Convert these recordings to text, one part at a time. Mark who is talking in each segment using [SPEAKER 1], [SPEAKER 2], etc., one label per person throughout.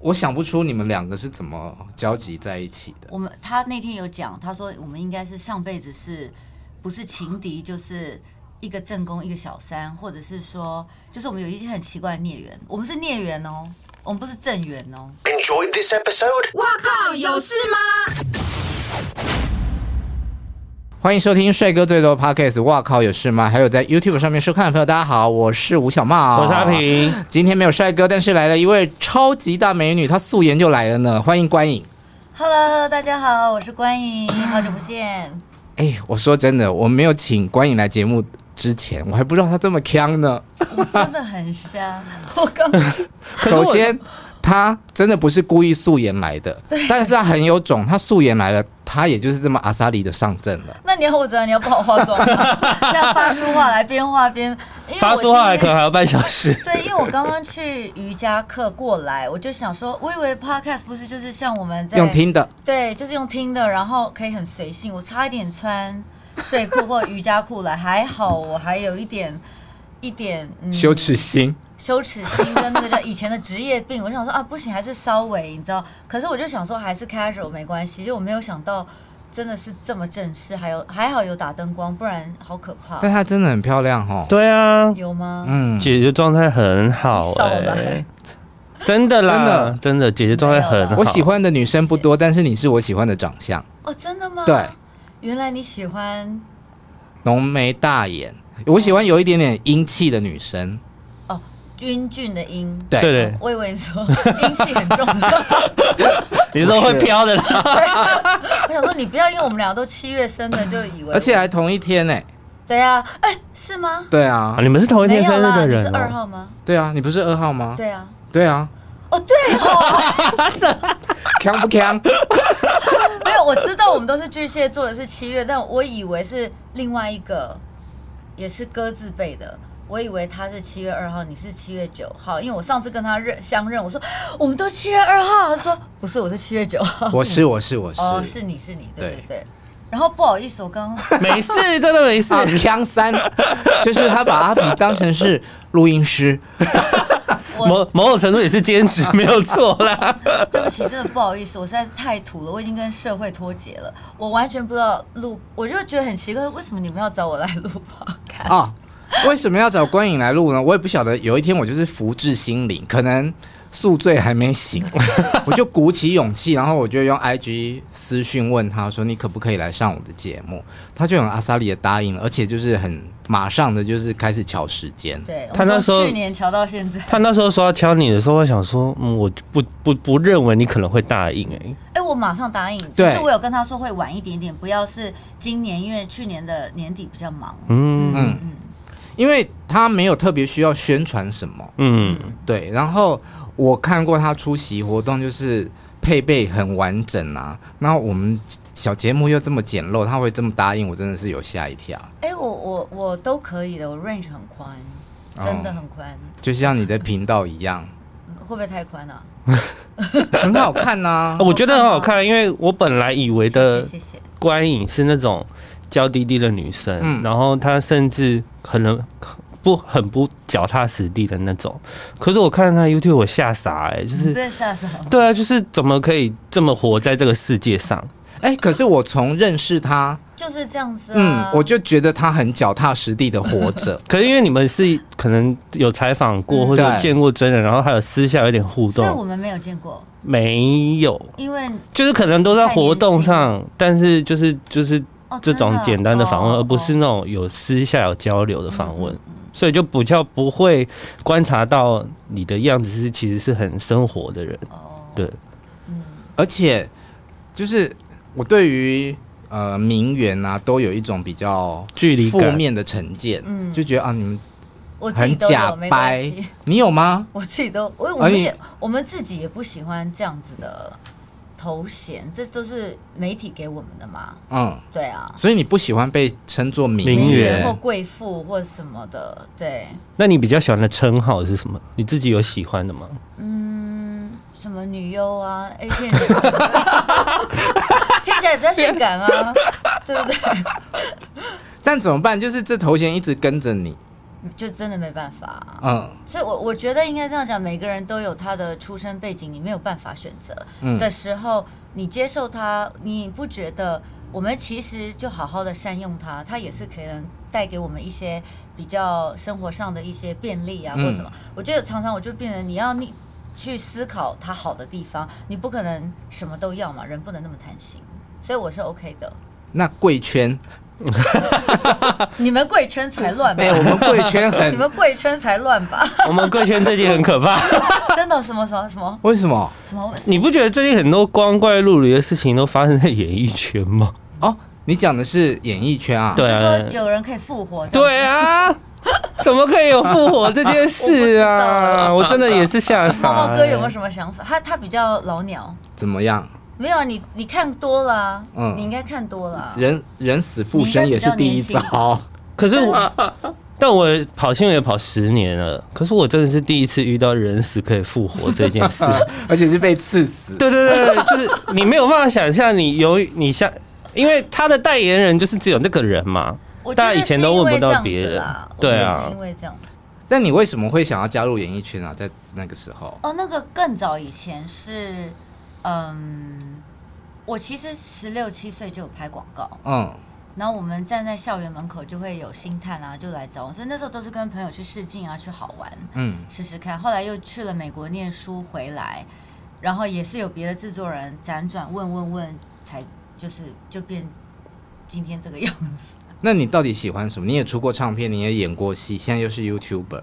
[SPEAKER 1] 我想不出你们两个是怎么交集在一起的。
[SPEAKER 2] 我们他那天有讲，他说我们应该是上辈子是不是情敌，就是一个正宫一个小三，或者是说，就是我们有一些很奇怪的孽缘，我们是孽缘哦，我们不是正缘哦。
[SPEAKER 3] Enjoyed this episode?
[SPEAKER 1] 欢迎收听《帅哥最多》Podcast，哇靠，有事吗？还有在 YouTube 上面收看的朋友，大家好，我是吴小茂，
[SPEAKER 4] 我是阿。平，
[SPEAKER 1] 今天没有帅哥，但是来了一位超级大美女，她素颜就来了呢。欢迎观影。
[SPEAKER 2] Hello，大家好，我是关颖，好久不 见。
[SPEAKER 1] 哎，我说真的，我没有请观影来节目之前，我还不知道她这么强呢。
[SPEAKER 2] 我真的很瞎，我刚
[SPEAKER 4] 是
[SPEAKER 1] 首
[SPEAKER 4] 我
[SPEAKER 1] 先，她真的不是故意素颜来 的，但是她很有种，她素颜来了，她也就是这么阿萨里的上阵了。
[SPEAKER 2] 那你要我怎样？你要帮我化妆吗？现在发出话来，边画边因为我
[SPEAKER 4] 发出话来
[SPEAKER 2] 今
[SPEAKER 4] 可
[SPEAKER 2] 天。
[SPEAKER 4] 能还要半小时
[SPEAKER 2] 对，因为我刚刚去瑜伽课过来，我就想说，我以为 podcast 不是就是像我们在
[SPEAKER 1] 用听的，
[SPEAKER 4] 嗯
[SPEAKER 2] 对，就是用听的，然后可以很随性。我差一点穿睡裤或瑜伽裤来，还好我还有一点一点、嗯、
[SPEAKER 1] 羞耻心。
[SPEAKER 2] 羞耻心跟那个叫以前的职业病。我就想说啊，不行，还是稍微你知道。可是我就想说，还是 casual 没关系。就我没有想到真的是这么正式，还有还好有打灯光，不然好可怕。
[SPEAKER 1] 但她真的很漂亮哦。
[SPEAKER 4] 对啊，
[SPEAKER 2] 有吗？
[SPEAKER 1] 嗯，
[SPEAKER 4] 姐姐状态很好
[SPEAKER 2] 少
[SPEAKER 4] 哎、
[SPEAKER 2] 来
[SPEAKER 4] 真的啦，
[SPEAKER 1] 真的
[SPEAKER 4] 真的，姐姐状态很好。
[SPEAKER 1] 我喜欢的女生不多，但是你是我喜欢的长相，
[SPEAKER 2] 哦，真的吗？
[SPEAKER 1] 对，
[SPEAKER 2] 原来你喜欢
[SPEAKER 1] 浓眉大眼。我喜欢有一点点英气的女生，
[SPEAKER 2] 哦英俊的英。
[SPEAKER 1] 对
[SPEAKER 4] 对对，
[SPEAKER 2] 我以为你说 阴气很重的，
[SPEAKER 4] 你说会飘的啦，
[SPEAKER 2] 我想说你不要因为我们俩都七月生的就以为，
[SPEAKER 1] 而且还同一天呢、
[SPEAKER 2] 对啊，哎、是吗？
[SPEAKER 1] 对啊
[SPEAKER 4] 啊，你们是同一
[SPEAKER 2] 没
[SPEAKER 4] 天
[SPEAKER 2] 有
[SPEAKER 4] 生日
[SPEAKER 2] 啦，
[SPEAKER 4] 的
[SPEAKER 2] 你
[SPEAKER 4] 人
[SPEAKER 2] 是二
[SPEAKER 4] 哦、
[SPEAKER 2] 号吗？
[SPEAKER 1] 对啊，你不是二号吗？
[SPEAKER 2] 对啊，
[SPEAKER 1] 对啊，
[SPEAKER 2] 哦对哦，
[SPEAKER 1] 强不 强？
[SPEAKER 2] 没有，我知道我们都是巨蟹座的是七月，但我以为是另外一个，也是鸽字辈的。我以为他是七月二号，你是七月九号，因为我上次跟他认相认，我说我们都七月二号，他说不是，我是七月九号。
[SPEAKER 1] 我是我是我是。
[SPEAKER 2] 哦，是你是你，对对
[SPEAKER 1] 对
[SPEAKER 2] 对。然后不好意思，我刚刚
[SPEAKER 4] 没事，真的没 事。
[SPEAKER 1] 啊，强三，就是他把阿比当成是录音师，
[SPEAKER 2] 我
[SPEAKER 4] 某某种程度也是兼职，没有错啦。
[SPEAKER 2] 对不起，真的不好意思，我实在是太土了，我已经跟社会脱节了，我完全不知道录，我就觉得很奇怪，为什么你们要找我来录 podcast？、
[SPEAKER 1] 啊、为什么要找观影来录呢？我也不晓得。有一天我就是福至心灵，可能宿醉还没醒，我就鼓起勇气，然后我就用 IG 私讯问他说：“你可不可以来上我的节目？”他就很阿萨里的答应了，而且就是很马上的就是开始瞧时间。
[SPEAKER 2] 对，
[SPEAKER 4] 他
[SPEAKER 2] 我们
[SPEAKER 4] 那时候
[SPEAKER 2] 从去年瞧到现在，
[SPEAKER 4] 他那时候说要敲你的时候，我想说，嗯，我不不不认为你可能会答应哎、
[SPEAKER 2] 哎，我马上答应，只
[SPEAKER 1] 对
[SPEAKER 2] 是我有跟他说会晚一点点，不要是今年，因为去年的年底比较忙。
[SPEAKER 4] 嗯嗯
[SPEAKER 1] 嗯，因为他没有特别需要宣传什么，
[SPEAKER 4] 嗯
[SPEAKER 1] 对，然后我看过他出席活动，就是配备很完整啊。然后我们小节目又这么简陋，他会这么答应，我真的是有吓一跳。
[SPEAKER 2] 哎，我我我都可以的，我 range 很宽，真的很宽，
[SPEAKER 1] 就像你的频道一 样，
[SPEAKER 2] 嗯会不会太宽啊？
[SPEAKER 1] 很好看呐、
[SPEAKER 4] 啊我觉得很好看，因为我本来以为的
[SPEAKER 2] 谢谢谢谢。
[SPEAKER 4] 观影是那种娇滴滴的女生，
[SPEAKER 1] 嗯
[SPEAKER 4] 然后她甚至可能不很不脚踏实地的那种。可是我看她 YouTube，我吓傻哎、就
[SPEAKER 2] 你
[SPEAKER 4] 是
[SPEAKER 2] 真的吓傻了，
[SPEAKER 4] 对啊，就是怎么可以这么活在这个世界上？。
[SPEAKER 1] 哎、可是我从认识他，
[SPEAKER 2] 就是这样子啊
[SPEAKER 1] 嗯，。我就觉得他很脚踏实地的活着
[SPEAKER 4] 可是因为你们是可能有采访过，或者
[SPEAKER 1] 嗯对
[SPEAKER 4] 见过真人，然后还有私下有点互
[SPEAKER 2] 所以我
[SPEAKER 4] 动，
[SPEAKER 2] 们没有见过，
[SPEAKER 4] 没有。
[SPEAKER 2] 因为
[SPEAKER 4] 就是可能都在活动上，但是就是就是
[SPEAKER 2] 哦
[SPEAKER 4] 这种简单的访
[SPEAKER 2] 真
[SPEAKER 4] 问，
[SPEAKER 2] 的哦嗯
[SPEAKER 4] 而不是那种有私下有交流的访问，所以就比较不会观察到你的样子是其实是很生活的人，
[SPEAKER 2] 哦，
[SPEAKER 4] 对，
[SPEAKER 1] 而且，就是我对于呃名媛啊，都有一种比较
[SPEAKER 4] 距离
[SPEAKER 1] 负
[SPEAKER 4] 感
[SPEAKER 1] 面的成见，
[SPEAKER 2] 嗯
[SPEAKER 1] 就觉得啊，你们
[SPEAKER 2] 我自己
[SPEAKER 1] 很
[SPEAKER 2] 都
[SPEAKER 1] 假
[SPEAKER 2] 有，没关
[SPEAKER 1] 掰
[SPEAKER 2] 系。，
[SPEAKER 1] 你有吗？
[SPEAKER 2] 我自己都，我我
[SPEAKER 4] 哎
[SPEAKER 1] 而
[SPEAKER 2] 们
[SPEAKER 1] 你
[SPEAKER 2] 也我们自己也不喜欢这样子的头衔，这都是媒体给我们的嘛。
[SPEAKER 1] 嗯，
[SPEAKER 2] 对啊，
[SPEAKER 1] 所以你不喜欢被称作名
[SPEAKER 4] 名媛
[SPEAKER 2] 或贵妇或什么的，对，
[SPEAKER 4] 那你比较喜欢的称号是什么？你自己有喜 欢的吗？
[SPEAKER 2] 嗯，什么女优啊，A 片女优，啊 听起来比较性感啊，对不对？
[SPEAKER 1] 但怎么办？就是这头衔一直跟着你，
[SPEAKER 2] 就真的没办法、啊
[SPEAKER 1] 嗯，
[SPEAKER 2] 所以我，我觉得应该这样讲，每个人都有他的出身背景，你没有办法选择、
[SPEAKER 1] 嗯
[SPEAKER 2] 的时候，你接受他，你不觉得我们其实就好好的善用它，它也是可能带给我们一些比较生活上的一些便利啊，
[SPEAKER 1] 嗯
[SPEAKER 2] 或什么。我觉得常常我就变成你要你去思考它好的地方，你不可能什么都要嘛，人不能那么贪心，所以我是 OK 的。
[SPEAKER 1] 那贵 圈，
[SPEAKER 2] 你们贵圈才乱 吧
[SPEAKER 1] 哎、？我们贵圈
[SPEAKER 2] 你
[SPEAKER 1] 很
[SPEAKER 2] 们贵圈才乱吧？
[SPEAKER 4] 我们贵圈最近很可怕，
[SPEAKER 2] 真的什么什么什么
[SPEAKER 1] 为什么？
[SPEAKER 2] 什么？
[SPEAKER 4] 你不觉得最近很多光怪陆离的事情都发生在演艺 圈吗？
[SPEAKER 1] 哦，你讲的是演艺圈啊？
[SPEAKER 4] 对
[SPEAKER 2] 是
[SPEAKER 4] 啊
[SPEAKER 2] 说，有人可以复活？
[SPEAKER 4] 对，啊，怎么可以有复活这件事啊？
[SPEAKER 2] 我
[SPEAKER 4] 我
[SPEAKER 2] 不知道
[SPEAKER 4] 真的也是吓
[SPEAKER 2] 猫
[SPEAKER 4] 傻、欸。
[SPEAKER 2] 猫哥有没有什么想法？他他比较老鸟，
[SPEAKER 1] 怎么样？
[SPEAKER 2] 没有啊你你看多了啊，
[SPEAKER 1] 嗯
[SPEAKER 2] 你应该看多了啊。
[SPEAKER 1] 人人死复生也是第一招，
[SPEAKER 4] 可是我，但我跑新闻也跑十年了，可是我真的是第一次遇到人死可以复活这件事。
[SPEAKER 1] 而且是被刺死。
[SPEAKER 4] 对对对，对就是你没有办法想象，你由于你像，因为他的代言人就是只有那个人嘛。
[SPEAKER 2] 我觉
[SPEAKER 4] 大家
[SPEAKER 2] 得
[SPEAKER 4] 以前都问不到
[SPEAKER 2] 是
[SPEAKER 4] 别
[SPEAKER 2] 因为这样子
[SPEAKER 4] 人
[SPEAKER 2] 啦，我觉得
[SPEAKER 4] 对啊
[SPEAKER 2] 是因为这样子。
[SPEAKER 1] 但你为什么会想要加入演艺圈啊？在那个时候，
[SPEAKER 2] 哦，那个更早以前是，嗯，我其实十六七岁就有拍广告，
[SPEAKER 1] 嗯，
[SPEAKER 2] 然后我们站在校园门口就会有星探啊，就来找我，所以那时候都是跟朋友去试镜啊，去好玩。
[SPEAKER 1] 嗯
[SPEAKER 2] 试试看。后来又去了美国念书回来，然后也是有别的制作人辗转问问问，才就是就变今天这个样子。
[SPEAKER 1] 那你到底喜欢什么？你也出过唱片，你也演过戏，现在又是 YouTuber，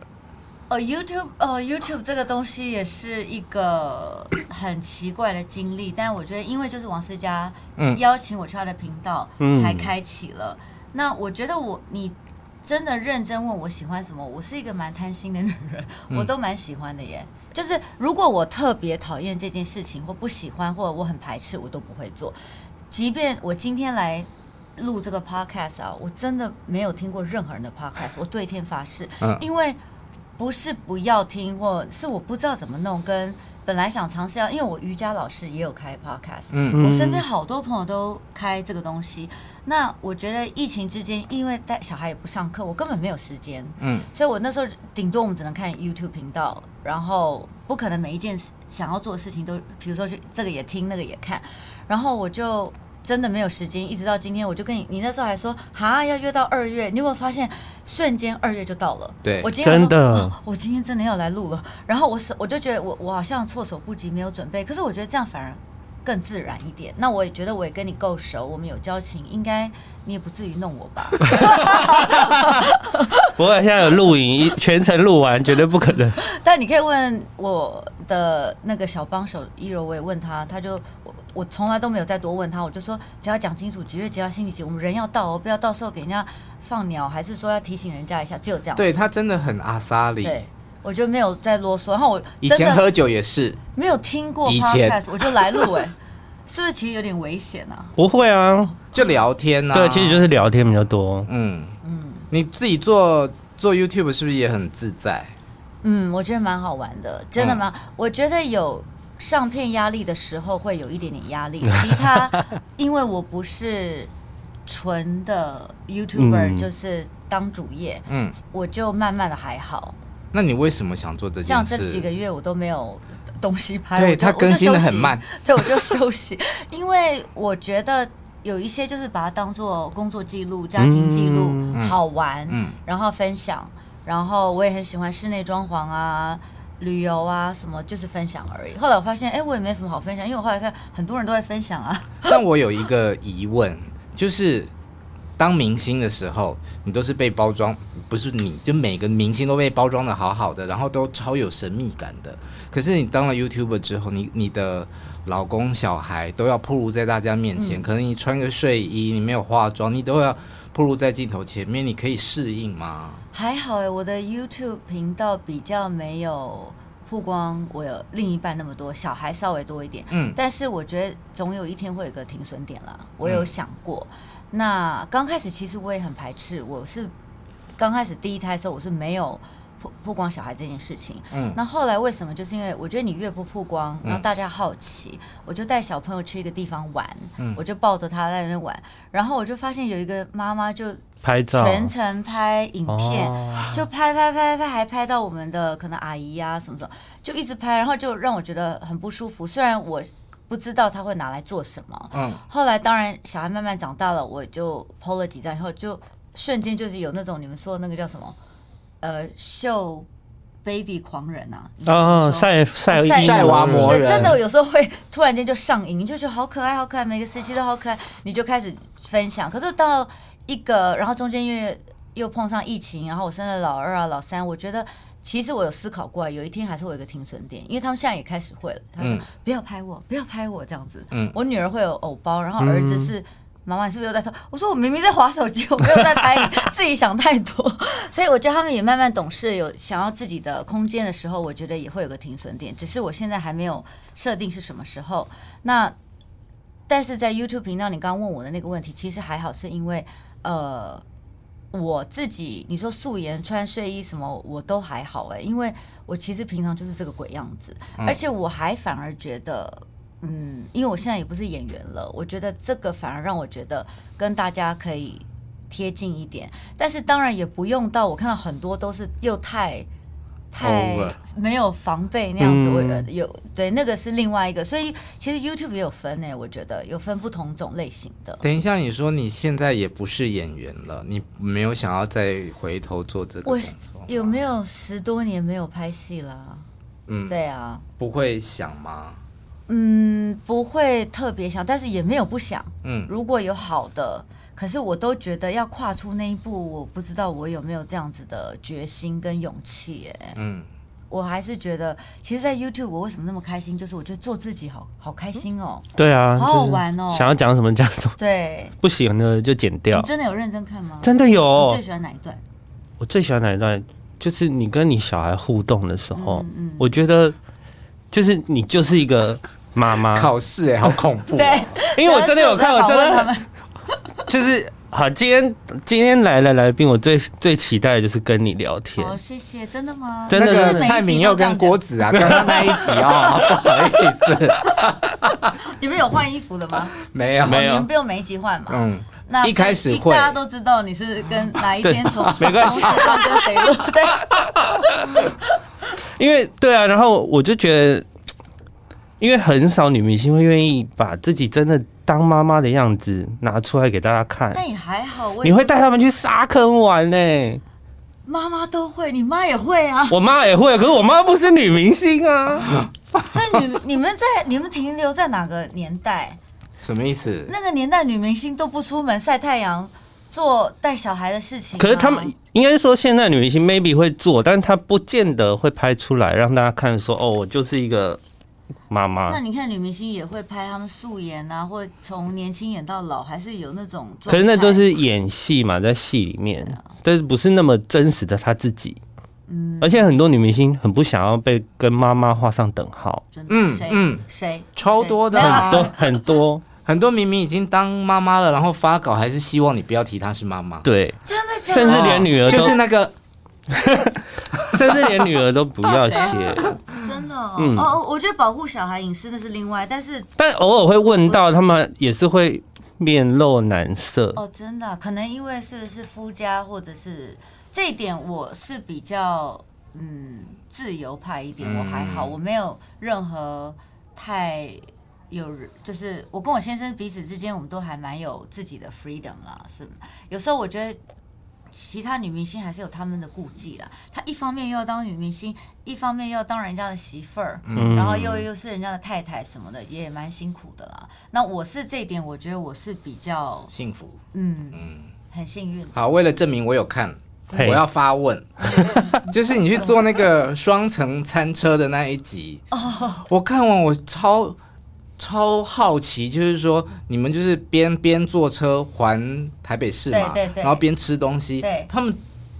[SPEAKER 2] 哦，YouTube，哦，YouTube 这个东西也是一个 很奇怪的经历，但我觉得因为就是王思佳
[SPEAKER 1] 嗯
[SPEAKER 2] 邀请我去他的频道，
[SPEAKER 4] 嗯
[SPEAKER 2] 才开启了。那我觉得我你真的认真问我喜欢什么，我是一个蛮贪心的女人，我都蛮喜欢的耶。就是如果我特别讨厌这件事情，或不喜欢，或者我很排斥，我都不会做。即便我今天来录这个 podcast 啊，我真的没有听过任何人的 podcast，我对天发誓，
[SPEAKER 1] 嗯
[SPEAKER 2] 因为不是不要听，或是我不知道怎么弄，跟本来想尝试要，因为我瑜伽老师也有开 podcast，
[SPEAKER 1] 嗯
[SPEAKER 2] 我身边好多朋友都开这个东西。那我觉得疫情之间，因为带小孩也不上课，我根本没有时间，
[SPEAKER 1] 嗯
[SPEAKER 2] 所以我那时候顶多我们只能看 YouTube 频道，然后不可能每一件事想要做的事情都，比如说去这个也听，那个也看，然后我就真的没有时间，一直到今天，我就跟你，你那时候还说哈要约到二月，你有没有发现瞬间二月就到了？
[SPEAKER 1] 对
[SPEAKER 2] 我今天还
[SPEAKER 4] 真
[SPEAKER 2] 说
[SPEAKER 4] 的
[SPEAKER 2] 哦我今天真的要来录了，然后我是我就觉得我我好像措手不及，没有准备，可是我觉得这样反而。更自然一点，那我也觉得我也跟你够熟，我们有交情，应该你也不至于弄我吧？
[SPEAKER 4] 不过现在有录影，一全程录完绝对不可能。
[SPEAKER 2] 但你可以问我的那个小帮手一柔，我也问他，他就我我从来都没有再多问他，我就说只要讲清楚几月几号星期几，我们人要到哦，不要到时候给人家放鸟，还是说要提醒人家一下，只有这样。
[SPEAKER 1] 对他真的很阿莎莉。
[SPEAKER 2] 对，我就没有再啰嗦。然后我
[SPEAKER 1] 以
[SPEAKER 2] 真
[SPEAKER 1] 前
[SPEAKER 2] 的
[SPEAKER 1] 喝酒也是，
[SPEAKER 2] 没有听过
[SPEAKER 1] 以前
[SPEAKER 2] podcast，我就来录哎、是不是其实有点危险啊？
[SPEAKER 4] 不会啊，
[SPEAKER 1] 就聊天呐、啊。
[SPEAKER 4] 对，其实就是聊天比较多。
[SPEAKER 1] 嗯嗯，你自己做做 YouTube 是不是也很自在？
[SPEAKER 2] 嗯，我觉得蛮好玩的，真的吗？我觉得有上片压力的时候会有一点点压力，其他因为我不是纯的 YouTuber，、
[SPEAKER 4] 嗯
[SPEAKER 2] 就是当主业，
[SPEAKER 1] 嗯，
[SPEAKER 2] 我就慢慢的还好。
[SPEAKER 1] 那你为什么想做这件
[SPEAKER 2] 像
[SPEAKER 1] 事？
[SPEAKER 2] 这几个月我都没有东西拍，
[SPEAKER 1] 对
[SPEAKER 2] 我就
[SPEAKER 1] 它更新得很慢，
[SPEAKER 2] 我就休息 对，我就休息，因为我觉得有一些就是把它当做工作记录、家庭记录，
[SPEAKER 4] 嗯
[SPEAKER 2] 好玩，
[SPEAKER 1] 嗯
[SPEAKER 2] 然后分享，然后我也很喜欢室内装潢啊。旅游啊，什么就是分享而已。后来我发现，哎、我也没什么 好分享，因为我后来看很多人都在分享啊。
[SPEAKER 1] 但我有一个疑问，就是当明星的时候，你都是被包装，不是你就每个明星都被包装的好好的，然后都超有神秘感的。可是你当了 YouTuber 之后，你你的老公、小孩都要暴露在大家面
[SPEAKER 2] 嗯
[SPEAKER 1] 前，可能你穿个睡衣，你没有化妆，你都要暴露在镜头前面，你可以适应吗？
[SPEAKER 2] 还好哎、我的 YouTube 频道比较没有曝光我有另一半那么多，小孩稍微多一点。
[SPEAKER 1] 嗯
[SPEAKER 2] 但是我觉得总有一天会有个停损点啦，我有想过。那刚开始其实我也很排斥，我是刚开始第一胎的时候我是没有曝曝光小孩这件事情。
[SPEAKER 1] 嗯
[SPEAKER 2] 那后来为什么？就是因为我觉得你越不曝光，
[SPEAKER 1] 嗯
[SPEAKER 2] 然后大家好奇，我就带小朋友去一个地方玩，
[SPEAKER 1] 嗯
[SPEAKER 2] 我就抱着他在那边玩，然后我就发现有一个妈妈就
[SPEAKER 4] 拍照
[SPEAKER 2] 全程拍影片，
[SPEAKER 4] 哦
[SPEAKER 1] 啊
[SPEAKER 2] 就拍拍拍拍，还拍到我们的可能阿姨呀、什么什么，就一直拍，然后就让我觉得很不舒服。虽然我不知道他会拿来做什么，
[SPEAKER 1] 嗯，
[SPEAKER 2] 后来当然小孩慢慢长大了，我就 PO 了几张以后，就瞬间就是有那种你们说的那个叫什么，呃，秀 baby 狂人啊，你知道怎
[SPEAKER 4] 哦
[SPEAKER 2] 么说
[SPEAKER 4] 晒晒
[SPEAKER 2] 晒
[SPEAKER 4] 衣
[SPEAKER 2] 晒
[SPEAKER 4] 服
[SPEAKER 1] 娃魔
[SPEAKER 2] 对，
[SPEAKER 1] 人
[SPEAKER 2] 真的有时候会突然间就上瘾，你就觉得好可爱，好可爱，每个时期都好可爱，你就开始分享。可是到一个，然后中间因为又碰上疫情，然后我生了老二啊、老三，我觉得。其实我有思考过，有一天还是会有一个停损点，因为他们现在也开始会了。他说：“
[SPEAKER 1] 嗯
[SPEAKER 2] 不要拍我，不要拍我这样子。”
[SPEAKER 1] 嗯
[SPEAKER 2] 我女儿会有偶包，然后儿子是、妈妈，你是不是又在说？我说我明明在划手机，我没有在拍你，自己想太多。 所以我觉得他们也慢慢懂事，有想要自己的空间的时候，我觉得也会有个停损点。只是我现在还没有设定是什么时候。那但是在 YouTube 频道，你刚刚问我的那个问题，其实还好，是因为呃，我自己你说素颜穿睡衣什么，我都还好哎、因为我其实平常就是这个鬼样子，
[SPEAKER 4] 嗯
[SPEAKER 2] 而且我还反而觉得。嗯，因为我现在也不是演员了，我觉得这个反而让我觉得跟大家可以贴近一点，但是当然也不用到我看到很多都是又太太
[SPEAKER 4] Over
[SPEAKER 2] 没有防备那样子，我
[SPEAKER 4] 嗯
[SPEAKER 2] 有对那个是另外一个，所以其实 YouTube 也有分呢、我觉得有分不同种类型的。
[SPEAKER 1] 等一下，你说你现在也不是演员了，你没有想要再回头做这个
[SPEAKER 2] 我
[SPEAKER 1] 工
[SPEAKER 2] 是
[SPEAKER 1] 作吗？
[SPEAKER 2] 有没有十多年没有拍戏啦？
[SPEAKER 1] 嗯，
[SPEAKER 2] 对啊，
[SPEAKER 1] 不会想吗？
[SPEAKER 2] 嗯，不会特别想，但是也没有不想。
[SPEAKER 1] 嗯
[SPEAKER 2] 如果有好的，可是我都觉得要跨出那一步，我不知道我有没有这样子的决心跟勇气耶、
[SPEAKER 1] 嗯，
[SPEAKER 2] 我还是觉得，其实，在 YouTube 我为什么那么开心，就是我觉得做自己好好开心哦。
[SPEAKER 4] 对啊，
[SPEAKER 2] 好好玩哦
[SPEAKER 4] 就是想要讲什么讲什么，
[SPEAKER 2] 对，
[SPEAKER 4] 不行的就剪掉
[SPEAKER 2] 你。真的有认真看吗？
[SPEAKER 4] 真的哦有
[SPEAKER 2] 你，最喜欢哪一段？
[SPEAKER 4] 我最喜欢哪一段？就是你跟你小孩互动的时候，
[SPEAKER 2] 嗯嗯
[SPEAKER 4] 我觉得就是你就是一个 妈妈，
[SPEAKER 1] 考试 哎，好恐怖、
[SPEAKER 2] 对，
[SPEAKER 4] 因为我真的有看，我
[SPEAKER 2] 主
[SPEAKER 4] 真
[SPEAKER 2] 要是 在访问他
[SPEAKER 4] 的
[SPEAKER 2] 们
[SPEAKER 4] 就是好。今天今天来了来宾，我最最期待的就是跟你聊天。
[SPEAKER 2] 好，谢谢，真的吗？
[SPEAKER 4] 真的
[SPEAKER 2] 是
[SPEAKER 1] 那
[SPEAKER 2] 每
[SPEAKER 1] 个
[SPEAKER 2] 一集
[SPEAKER 1] 蔡明
[SPEAKER 2] 都
[SPEAKER 1] 佑
[SPEAKER 2] 这样
[SPEAKER 1] 跟
[SPEAKER 2] 讲
[SPEAKER 1] 郭子啊，刚刚那一集哦，不好意思，
[SPEAKER 2] 你们有换衣服的吗？
[SPEAKER 1] 没有
[SPEAKER 4] 没有
[SPEAKER 2] 哦你们不用每一集换嘛。
[SPEAKER 1] 嗯，
[SPEAKER 2] 那所以
[SPEAKER 1] 一开始会
[SPEAKER 2] 大家都知道你是跟哪一天
[SPEAKER 4] 对
[SPEAKER 2] 从
[SPEAKER 4] 没关系
[SPEAKER 2] 从什么跟谁录， 对，
[SPEAKER 4] 因为对啊，然后我就觉得，因为很少女明星会愿意把自己真的当妈妈的样子拿出来给大家看。
[SPEAKER 2] 但也还好。我也
[SPEAKER 4] 你会带他们去沙坑玩呢、
[SPEAKER 2] 妈妈都会，你妈也会啊。
[SPEAKER 4] 我妈也会，可是我妈不是女明星啊。
[SPEAKER 2] 所以你你们在你们停留在哪个年代？
[SPEAKER 1] 什么意思？
[SPEAKER 2] 那个年代女明星都不出门晒太阳，做带小孩的事情啊。
[SPEAKER 4] 可是他们应该说，现在女
[SPEAKER 2] 啊
[SPEAKER 4] 明星 maybe 会做，但是她不见得会拍出来让大家看说，哦，我就是一个妈
[SPEAKER 2] 那
[SPEAKER 4] 妈。
[SPEAKER 2] 你看女明星也会拍她们素颜啊，或从年轻演到老，还是有那种状态。
[SPEAKER 4] 可是那都是演戏嘛，在戏里面，
[SPEAKER 2] 啊
[SPEAKER 4] 但是不是那么真实的她自己。嗯，而且很多女明星很不想要被跟妈妈画上等号，
[SPEAKER 2] 真的
[SPEAKER 1] 嗯
[SPEAKER 2] 谁
[SPEAKER 1] 嗯
[SPEAKER 2] 谁
[SPEAKER 1] 超多的
[SPEAKER 2] 谁没有啊
[SPEAKER 4] 很多很多，
[SPEAKER 1] 很多明明已经当妈妈了，然后发稿还是希望你不要提她是妈妈，
[SPEAKER 4] 对，
[SPEAKER 2] 真的假的？
[SPEAKER 4] 甚至连女儿都
[SPEAKER 1] 就是那个
[SPEAKER 4] 甚至连女儿都不要写。
[SPEAKER 2] 真的哦，
[SPEAKER 4] 嗯
[SPEAKER 2] 哦哦，我觉得保护小孩隐私那是另外，但是
[SPEAKER 4] 但偶尔会问到，他们也是会面露难色。
[SPEAKER 2] 哦，真的啊可能因为是不是夫家或者是这一点，我是比较嗯自由派一点，我还好，我没有任何太有人，就是我跟我先生彼此之间，我们都还蛮有自己的 freedom 啦，是有时候我觉得。其他女明星还是有她们的顾忌啦，她一方面又要当女明星，一方面又要当人家的媳妇儿，
[SPEAKER 4] 嗯
[SPEAKER 2] 然后又又是人家的太太什么的，也蛮辛苦的啦。那我是这一点，我觉得我是比较
[SPEAKER 1] 幸福，
[SPEAKER 2] 嗯
[SPEAKER 1] 嗯，
[SPEAKER 2] 很幸运。
[SPEAKER 1] 好，为了证明我有看，
[SPEAKER 4] 嘿
[SPEAKER 1] 我要发问， 就是你去做那个双层餐车的那一集，
[SPEAKER 2] 哦
[SPEAKER 1] 我看完我超超好奇，就是说你们就是边边坐车环台北市嘛，
[SPEAKER 2] 对对对
[SPEAKER 1] 然后边吃东西
[SPEAKER 2] 对，
[SPEAKER 1] 他们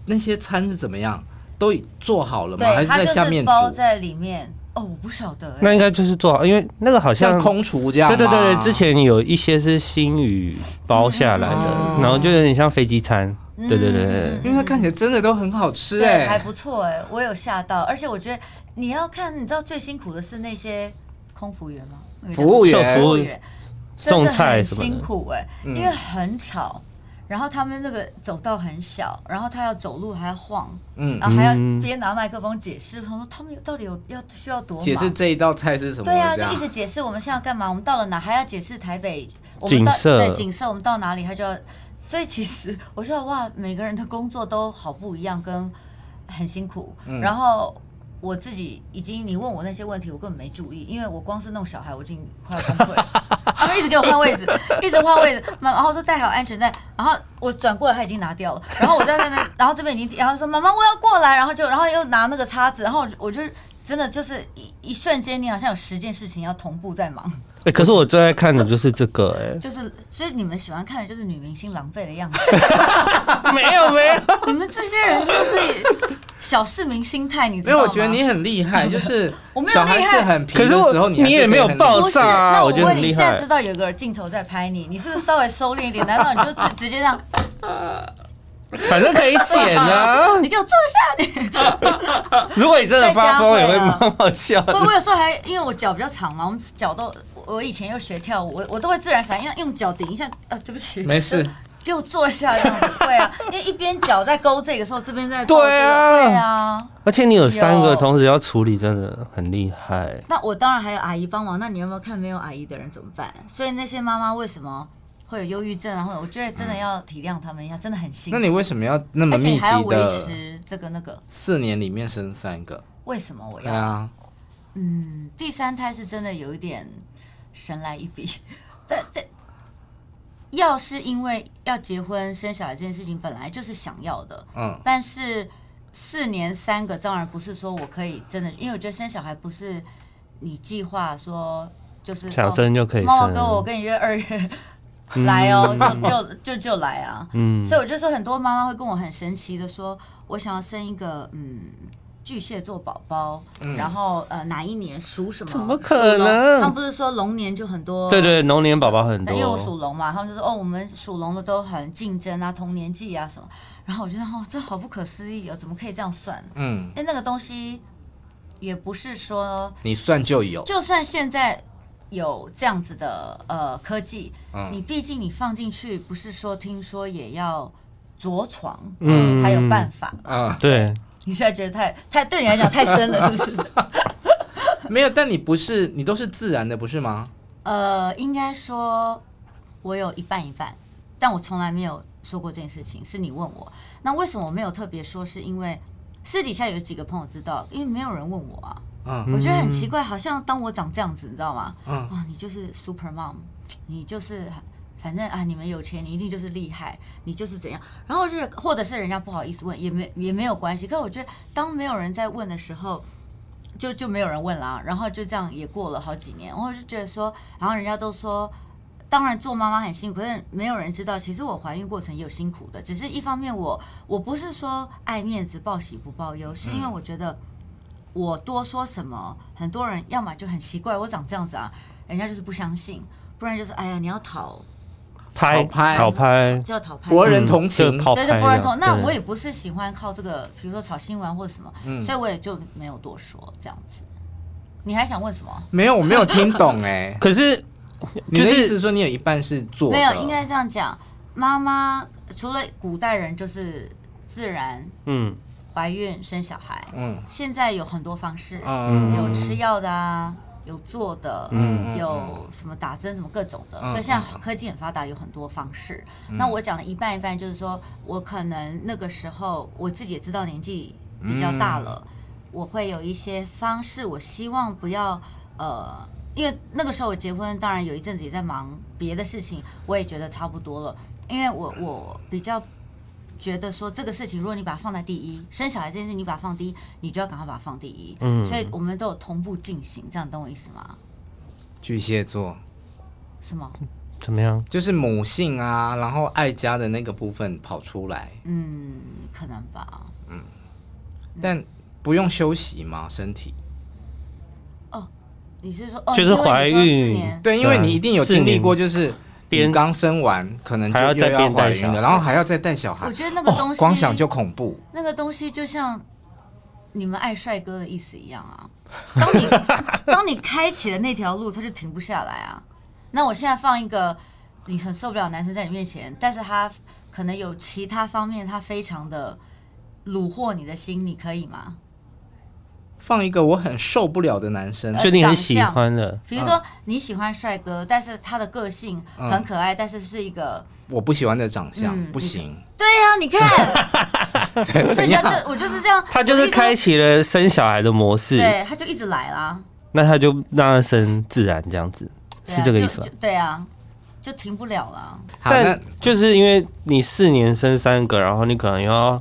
[SPEAKER 1] 那些餐是怎么样？都已做好了吗？还
[SPEAKER 2] 对，它
[SPEAKER 1] 在
[SPEAKER 2] 就
[SPEAKER 1] 下
[SPEAKER 2] 是
[SPEAKER 1] 面
[SPEAKER 2] 包
[SPEAKER 1] 煮？
[SPEAKER 2] 在里面。哦，我不晓得、
[SPEAKER 4] 那
[SPEAKER 2] 欸。
[SPEAKER 4] 应该就是做好，因为那个好像
[SPEAKER 1] 像空厨这样吗？
[SPEAKER 4] 对对对对，之前有一些是新宇包下来
[SPEAKER 2] 嗯
[SPEAKER 4] 的，然后就有点像飞机餐。对对对对对，
[SPEAKER 1] 因为它看起来真的都很好吃
[SPEAKER 2] 对，
[SPEAKER 1] 哎、
[SPEAKER 2] 还不错哎、我有吓到，而且我觉得你要看，你知道最辛苦的是那些空服员吗？那个叫
[SPEAKER 1] 服务员
[SPEAKER 2] 什么服务员真
[SPEAKER 4] 送
[SPEAKER 2] 的
[SPEAKER 4] 菜
[SPEAKER 2] 很
[SPEAKER 4] 什么
[SPEAKER 2] 辛
[SPEAKER 4] 的，
[SPEAKER 2] 苦哎、
[SPEAKER 1] 嗯
[SPEAKER 2] 因为很吵，然后他们那个走道很小，然后他要走路还要晃，
[SPEAKER 1] 嗯
[SPEAKER 2] 然后还要
[SPEAKER 4] 嗯
[SPEAKER 2] 边拿麦克风解释，他说他们到底有要需要多忙
[SPEAKER 1] 解释这一道菜是什么？
[SPEAKER 2] 对啊，
[SPEAKER 1] 这
[SPEAKER 2] 就
[SPEAKER 1] 样
[SPEAKER 2] 一直解释我们现在要干嘛，我们到了哪还要解释台北，我们
[SPEAKER 4] 景
[SPEAKER 2] 到
[SPEAKER 4] 色
[SPEAKER 2] 对景色，我们到哪里他就要，所以其实我觉得哇，每个人的工作都好不一样，跟很辛苦。
[SPEAKER 4] 嗯
[SPEAKER 2] 然后我自己已经，你问我那些问题，我根本没注意，因为我光是弄小孩，我已经快要崩溃了。他们一直给我换位置，一直换位置，妈然后说带好安全带，然后我转过来，他已经拿掉了，然后我在那边，然后这边已经，然后说妈妈我要过来，然后就然后又拿那个叉子，然后我就我就真的就是一一瞬间，你好像有十件事情要同步在忙，
[SPEAKER 4] 哎，可是我最爱看的就是这个，哎，
[SPEAKER 2] 就是所以你们喜欢看的就是女明星狼狈的样子，
[SPEAKER 4] 没有没有，
[SPEAKER 2] 你们这些人就是小市民心态，你知
[SPEAKER 1] 因
[SPEAKER 2] 道
[SPEAKER 1] 为
[SPEAKER 2] 吗？
[SPEAKER 1] 我觉得你很厉 害，就是
[SPEAKER 2] 我没有
[SPEAKER 1] 小孩
[SPEAKER 2] 厉
[SPEAKER 1] 子
[SPEAKER 2] 害
[SPEAKER 1] 很皮
[SPEAKER 4] 可
[SPEAKER 1] 的
[SPEAKER 4] 是我
[SPEAKER 1] 时候，还
[SPEAKER 4] 你
[SPEAKER 1] 是
[SPEAKER 4] 也
[SPEAKER 1] 可以
[SPEAKER 4] 没有
[SPEAKER 1] 很
[SPEAKER 4] 爆
[SPEAKER 1] 厉害
[SPEAKER 2] 不是，
[SPEAKER 4] 炸啊
[SPEAKER 2] 那
[SPEAKER 4] 我觉得
[SPEAKER 2] 问
[SPEAKER 4] 很
[SPEAKER 2] 你，
[SPEAKER 4] 厉
[SPEAKER 2] 现在
[SPEAKER 4] 害
[SPEAKER 2] 知道有个镜头在拍你，你是不是稍微收敛一点？难 道你就直直接这样？
[SPEAKER 4] 反正可以剪啊。
[SPEAKER 2] 你给我坐下！ 你
[SPEAKER 4] 如果你真的发疯，也会冒冒笑。
[SPEAKER 2] 我我有时候还因为我脚比较长嘛，我们脚都我以前又学跳舞，我我都会自然反应用脚顶一下。呃，对不起，
[SPEAKER 1] 没事，
[SPEAKER 2] 给我坐下这样子。对啊，因为一边脚在勾这个时候，这边在勾
[SPEAKER 4] 对啊
[SPEAKER 2] 这个对啊。
[SPEAKER 4] 而且你有三个
[SPEAKER 2] 有
[SPEAKER 4] 同时要处理，真的很厉害。
[SPEAKER 2] 那我当然还有阿姨帮忙。那你有没有看没有阿姨的人怎么办？所以那些妈妈为什么会有忧郁症啊？或者我觉得真的要体谅他们一下，真的很辛苦
[SPEAKER 1] 那。你为什么要那么
[SPEAKER 2] 而且
[SPEAKER 1] 密
[SPEAKER 2] 你还要
[SPEAKER 1] 集
[SPEAKER 2] 维
[SPEAKER 1] 的
[SPEAKER 2] 持这个那个，
[SPEAKER 1] 四年里面生三个？
[SPEAKER 2] 为什么我
[SPEAKER 1] 对
[SPEAKER 2] 要？
[SPEAKER 1] 啊，
[SPEAKER 2] 嗯，第三胎是真的有一点神来一笔， 但但要是因为要结婚生小孩这件事情本来就是想要的，
[SPEAKER 1] 嗯，
[SPEAKER 2] 但是四年三个当然不是说我可以真的，因为我觉得生小孩不是你计划说就是哦
[SPEAKER 4] 想生就可以
[SPEAKER 2] 猫猫哥，我
[SPEAKER 4] 生，
[SPEAKER 2] 跟你约二月 来哦，就就就就来啊。
[SPEAKER 4] 嗯
[SPEAKER 2] 所以我就说，很多妈妈会跟我很神奇的说，我想要生一个嗯巨蟹座宝宝，
[SPEAKER 4] 嗯
[SPEAKER 2] 然后呃哪一年属什么？
[SPEAKER 4] 怎么可能
[SPEAKER 2] 属龙他们不是说龙年就很多？
[SPEAKER 4] 对对，龙年宝宝很
[SPEAKER 2] 那
[SPEAKER 4] 多
[SPEAKER 2] 因为。我属龙嘛，他们就说哦，我们属龙的都很竞争啊，同年纪啊什么。然后我觉得哦，这好不可思议哦，怎么可以这样算？
[SPEAKER 1] 嗯，
[SPEAKER 2] 因为那个东西也不是说
[SPEAKER 1] 你算就有，
[SPEAKER 2] 就算现在有这样子的呃科技，
[SPEAKER 1] 嗯
[SPEAKER 2] 你毕竟你放进去，不是说听说也要着床，
[SPEAKER 4] 嗯
[SPEAKER 2] 嗯，才有办法。
[SPEAKER 1] 啊，
[SPEAKER 4] 对，
[SPEAKER 2] 你现在觉得太太对你来讲太深了，是不是？
[SPEAKER 1] 没有，但你不是，你都是自然的，不是吗？
[SPEAKER 2] 呃，应该说我有一半一半，但我从来没有说过这件事情，是你问我。那为什么我没有特别说？是因为私底下有几个朋友知道，因为没有人问我啊。
[SPEAKER 1] 嗯
[SPEAKER 2] 我觉得很奇怪，好像当我长这样子，你知道吗？啊
[SPEAKER 1] 嗯
[SPEAKER 2] 哇，你就是 super mom，你就是 反正啊，你们有钱，你一定就是厉害，你就是怎样。然后就是或者是人家不好意思问，也没也没有关系。可我觉得当没有人在问的时候。就就没有人问啦，然后就这样也过了好几年，然后我就觉得说，然后人家都说，当然做妈妈很辛苦，但没有人知道，其实我怀孕过程也有辛苦的，只是一方面我我不是说爱面子报喜不报忧，是因
[SPEAKER 4] 嗯
[SPEAKER 2] 为我觉得我多说什么，很多人要么就很奇怪我长这样子啊，人家就是不相信，不然就是哎呀你要讨
[SPEAKER 4] 拍
[SPEAKER 1] 讨拍
[SPEAKER 4] 讨拍，
[SPEAKER 2] 就要讨拍，
[SPEAKER 1] 博人
[SPEAKER 4] 嗯
[SPEAKER 1] 同情
[SPEAKER 4] 就讨
[SPEAKER 2] 对
[SPEAKER 4] 拍
[SPEAKER 2] 对不认同
[SPEAKER 4] 啊。
[SPEAKER 2] 那
[SPEAKER 4] 对，
[SPEAKER 2] 我也不是喜欢靠这个，比如说炒新闻或者什么，所以我也就没有多说这样子。你还想问什么？
[SPEAKER 1] 没有，我没有听懂哎
[SPEAKER 4] 可是
[SPEAKER 1] 你
[SPEAKER 4] 就
[SPEAKER 1] 的意思
[SPEAKER 4] 是
[SPEAKER 1] 是说你有一半是做的
[SPEAKER 2] 没有，应该这样讲。妈妈除了古代人就是自然
[SPEAKER 4] 嗯，
[SPEAKER 2] 怀孕生小孩，
[SPEAKER 1] 嗯
[SPEAKER 2] 现在有很多方式，
[SPEAKER 1] 嗯
[SPEAKER 2] 有吃药的啊，有做的，
[SPEAKER 1] 嗯
[SPEAKER 2] 有什么打针什么各种的，
[SPEAKER 1] 嗯
[SPEAKER 2] 所以现在科技很发达，有很多方式。那我讲的一半一半，就是说我可能那个时候我自己也知道年纪
[SPEAKER 1] 嗯
[SPEAKER 2] 比较大了，我会有一些方式，我希望不要呃因为那个时候我结婚，当然有一阵子也在忙别的事情，我也觉得差不多了。因为我我比较觉得说这个事情，如果你把它放在第一，生小孩这件事你把它放第一，你就要赶快把它放第一。
[SPEAKER 4] 嗯
[SPEAKER 2] 所以我们都有同步进行，这样懂我意思吗？
[SPEAKER 1] 巨蟹座
[SPEAKER 2] 是吗？
[SPEAKER 4] 怎么样？
[SPEAKER 1] 就是母性啊，然后爱家的那个部分跑出来，
[SPEAKER 2] 嗯，可能吧。
[SPEAKER 1] 但不用休息吗？身体？
[SPEAKER 2] 你是说，哦、
[SPEAKER 4] 就
[SPEAKER 2] 因为
[SPEAKER 4] 是
[SPEAKER 2] 你说
[SPEAKER 4] 怀
[SPEAKER 2] 四
[SPEAKER 4] 孕
[SPEAKER 2] 年
[SPEAKER 1] 对，因为你一定有经历过，
[SPEAKER 4] 四
[SPEAKER 1] 就是
[SPEAKER 4] 啊边
[SPEAKER 1] 你刚生完，可能就
[SPEAKER 4] 还要再
[SPEAKER 1] 又要
[SPEAKER 4] 边带
[SPEAKER 1] 怀孕
[SPEAKER 4] 小孩
[SPEAKER 1] 了，然后还要再带小孩。
[SPEAKER 2] 我觉得那个
[SPEAKER 1] 哦
[SPEAKER 2] 东西
[SPEAKER 1] 光想就恐怖。
[SPEAKER 2] 那个东西就像你们爱帅哥的意思一样啊。当 你当你开启了那条路，他就停不下来啊。那我现在放一个你很受不了的男生在你面前，但是他可能有其他方面，他非常的虏获你的心，你可以吗？
[SPEAKER 1] 放一个我很受不了的男生，
[SPEAKER 2] 呃
[SPEAKER 4] 确定
[SPEAKER 2] 长
[SPEAKER 4] 很喜
[SPEAKER 2] 相
[SPEAKER 4] 欢的，
[SPEAKER 2] 比如说你喜欢帅哥，但是他的个性很可爱，但是是一个
[SPEAKER 1] 我不喜欢的长相，
[SPEAKER 2] 嗯
[SPEAKER 1] 不 行。
[SPEAKER 2] 对呀、你看，
[SPEAKER 1] 怎
[SPEAKER 2] 所以
[SPEAKER 1] 怎
[SPEAKER 2] 他
[SPEAKER 1] 样？
[SPEAKER 2] 就我就是这样，
[SPEAKER 4] 他就
[SPEAKER 2] 我
[SPEAKER 4] 是
[SPEAKER 2] 一直
[SPEAKER 4] 开启了生小孩的模式，
[SPEAKER 2] 对，他就一直来啦。
[SPEAKER 4] 那他就让他生自然这样子，
[SPEAKER 2] 对啊
[SPEAKER 4] 是这个意
[SPEAKER 2] 就
[SPEAKER 4] 思吧
[SPEAKER 2] 就？对啊，就停不了了。
[SPEAKER 1] 好，那
[SPEAKER 4] 但就是因为你四年生三个，然后你可能又要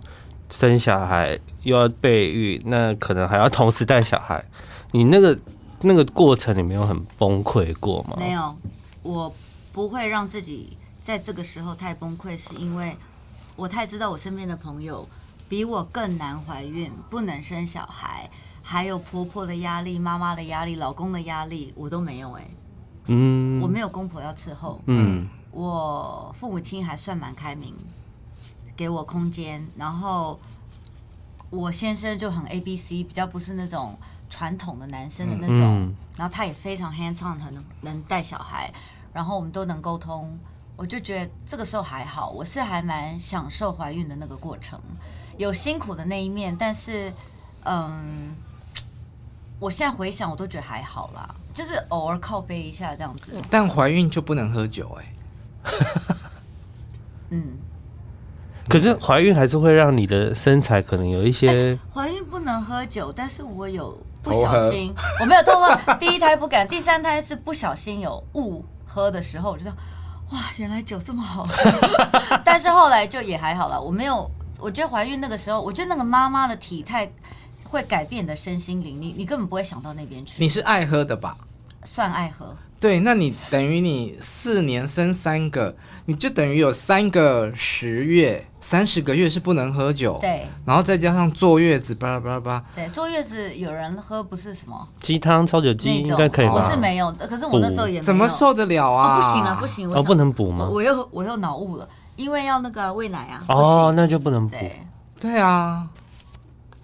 [SPEAKER 4] 生小孩，又要备孕，那可能还要同时带小孩，你那个那个过程你没有很崩溃过吗？
[SPEAKER 2] 没有，我不会让自己在这个时候太崩溃，是因为我太知道我身边的朋友比我更难怀孕，不能生小孩，还有婆婆的压力、妈妈的压力、老公的压力，我都没有哎、
[SPEAKER 4] 嗯，
[SPEAKER 2] 我没有公婆要伺候，
[SPEAKER 4] 嗯，
[SPEAKER 2] 我父母亲还算蛮开明，给我空间，然后我先生就很 A B C，比较不是那种传统的男生的那种，
[SPEAKER 4] 嗯
[SPEAKER 2] 然后他也非常 hands on，很能能带小孩，然后我们都能沟通，我就觉得这个时候还好，我是还蛮享受怀孕的那个过程，有辛苦的那一面，但是嗯。我现在回想，我都觉得还好啦，就是偶尔靠背一下这样子。
[SPEAKER 1] 但怀孕就不能喝酒哎、
[SPEAKER 2] 嗯，
[SPEAKER 4] 可是怀孕还是会让你的身材可能有一些，
[SPEAKER 2] 怀孕不能喝酒，但是我有不
[SPEAKER 1] 偷
[SPEAKER 2] 小
[SPEAKER 1] 喝
[SPEAKER 2] 心，我没有偷喝。第一胎不敢，第三胎是不小心有误喝的时候，我就想，哇，原来酒这么好喝。但是后来就也还好了，我没有。我觉得怀孕那个时候，我觉得那个妈妈的体态会改变你的身心灵，你你根本不会想到那边去。
[SPEAKER 1] 你哦是爱喝的吧？
[SPEAKER 2] 算爱喝，
[SPEAKER 1] 对，那你等于你四年生三个，你就等于有三个十月，三十个月是不能喝酒，，
[SPEAKER 2] 对
[SPEAKER 1] 然后再加上坐月子，巴拉巴拉巴拉，
[SPEAKER 2] 对，坐月子有人喝不是什么
[SPEAKER 4] 鸡汤、超酒精
[SPEAKER 2] 那
[SPEAKER 4] 应
[SPEAKER 2] 种
[SPEAKER 4] 该可以吧？
[SPEAKER 2] 我是没有，可是我那时候也没有
[SPEAKER 1] 怎么受得了
[SPEAKER 2] 哦
[SPEAKER 1] 啊？
[SPEAKER 2] 不行啊，不行，我
[SPEAKER 4] 哦，
[SPEAKER 2] 想
[SPEAKER 4] 不能补吗
[SPEAKER 2] 我？我又我又脑雾了，因为要那个喂奶啊。
[SPEAKER 4] 哦，
[SPEAKER 2] 不行
[SPEAKER 4] 那就不能补。
[SPEAKER 2] 对，
[SPEAKER 1] 对啊，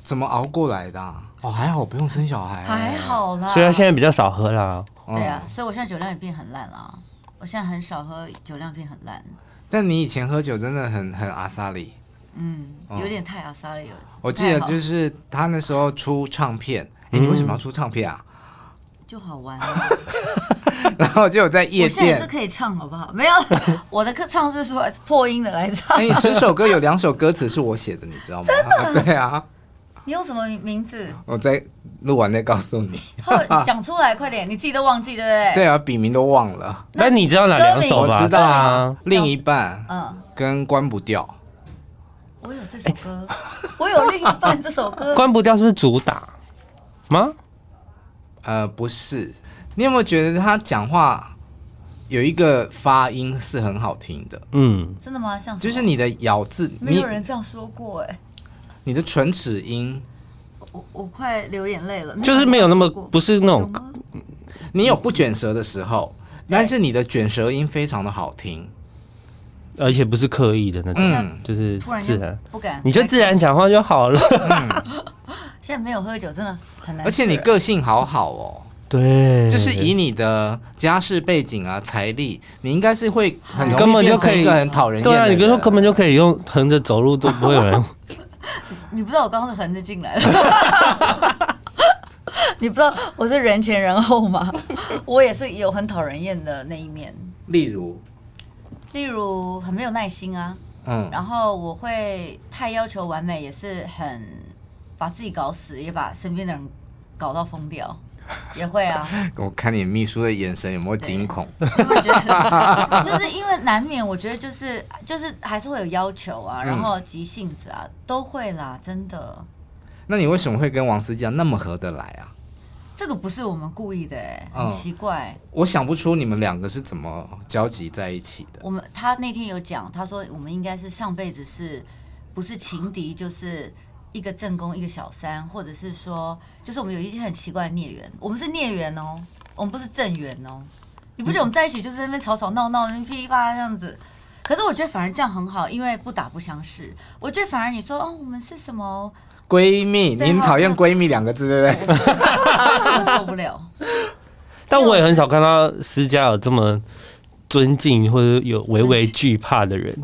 [SPEAKER 1] 怎么熬过来的啊、哦，还好不用生小孩、嗯
[SPEAKER 2] 还。好啦。
[SPEAKER 4] 哎所以他现在比较少喝啦。
[SPEAKER 2] 对啊，所以我现在酒量也变很烂了。啊我现在很少喝，酒量变很烂，
[SPEAKER 1] 但你以前喝酒真的很很阿萨里。
[SPEAKER 2] 嗯，有点太阿萨了，有。
[SPEAKER 1] 我记得
[SPEAKER 2] 太好
[SPEAKER 1] 就是他那时候出唱片，哎、你为什么要出唱片啊？
[SPEAKER 2] 就好玩啊。
[SPEAKER 1] 然后就有在夜
[SPEAKER 2] 我现在也是
[SPEAKER 1] 店。
[SPEAKER 2] 可以唱，好不好？没有，我的歌唱是说破音的来唱
[SPEAKER 1] 哎、。十首歌有两首歌词是我写的，你知道吗？ 对啊，
[SPEAKER 2] 你用什么名字？
[SPEAKER 1] 我在录完再告诉你。
[SPEAKER 2] 后讲出来，快点，你自己都忘记，对不对？。
[SPEAKER 1] 对啊，笔名都忘了，
[SPEAKER 4] 但你知道哪两首
[SPEAKER 2] 好
[SPEAKER 1] 我
[SPEAKER 4] 吧？
[SPEAKER 1] 知道啊
[SPEAKER 4] 啊。。
[SPEAKER 1] 另一半
[SPEAKER 2] 嗯，
[SPEAKER 1] 跟关不掉，
[SPEAKER 2] 我有这首歌，我有另一半这首歌。
[SPEAKER 4] 啊关不掉是不是主打吗？
[SPEAKER 1] 呃，不是。你有没有觉得他讲话有一个发音是很好听的？
[SPEAKER 4] 嗯，
[SPEAKER 2] 真的吗？像什
[SPEAKER 1] 就
[SPEAKER 2] 么
[SPEAKER 1] 是你的咬字，
[SPEAKER 2] 没
[SPEAKER 1] 你
[SPEAKER 2] 有人这样说过哎，
[SPEAKER 1] 你的唇齿音，
[SPEAKER 2] 我我快流眼泪了。
[SPEAKER 4] 就是没有那么不
[SPEAKER 2] 是
[SPEAKER 4] 是那种
[SPEAKER 1] 你有不卷舌的时候，但是你的卷舌音非常的好听。
[SPEAKER 4] 而且不是刻意的那种，
[SPEAKER 1] 嗯
[SPEAKER 4] 就是
[SPEAKER 2] 突然
[SPEAKER 4] 自
[SPEAKER 2] 间
[SPEAKER 4] 然，
[SPEAKER 2] 不敢，
[SPEAKER 4] 你就自然讲话就好了。
[SPEAKER 2] 现在没有喝酒，真的很难。啊
[SPEAKER 1] 而且你个性好好哦，
[SPEAKER 4] 对，
[SPEAKER 1] 就是以你的家世背景啊、财力，你应该是会很
[SPEAKER 4] 根
[SPEAKER 1] 容易
[SPEAKER 4] 本就
[SPEAKER 1] 变
[SPEAKER 4] 可
[SPEAKER 1] 成
[SPEAKER 4] 以
[SPEAKER 1] 一个很讨人厌的
[SPEAKER 4] 对啊，你
[SPEAKER 1] 人。
[SPEAKER 4] 跟说根本就可以用横着走路都不会 有人。
[SPEAKER 2] 你不知道我刚刚是横着进来的， 你不知道我是人前人后吗？我也是有很讨人厌的那一面，
[SPEAKER 1] 例如，
[SPEAKER 2] 例如很没有耐心啊，
[SPEAKER 1] 嗯，
[SPEAKER 2] 然后我会太要求完美，也是很把自己搞死，也把身边的人搞到疯掉。也会啊，
[SPEAKER 1] 我看你秘书的眼神有没有惊恐？
[SPEAKER 2] 因 为我觉得就是因为难免，我觉得就是就是还是会有要求啊，然后急性子啊，都会啦，真的。
[SPEAKER 1] 那你为什么会跟王思佳那么合得来啊？
[SPEAKER 2] 这个不是我们故意的、欸，
[SPEAKER 1] 嗯
[SPEAKER 2] 很奇怪。
[SPEAKER 1] 我想不出你们两个是怎么交集在一起的。
[SPEAKER 2] 我们他那天有讲，他说我们应该是上辈子是不是情敌，就是一个正宫一个小三，或者是说，就是我们有一些很奇怪的孽缘，我们是孽缘哦，我们不是正缘哦。你不觉得我们在一起就是在那边吵吵闹闹，那边噼里啪啦这样子？可是我觉得反而这样很好，因为不打不相识。我觉得反而你说哦，我们是什么，
[SPEAKER 1] 闺蜜，
[SPEAKER 2] 对
[SPEAKER 1] 你很讨厌“闺蜜”两个字，对不对？
[SPEAKER 2] 啊我受不了。
[SPEAKER 4] 但我也很少看到私家有这么尊敬或者有微微惧怕的人，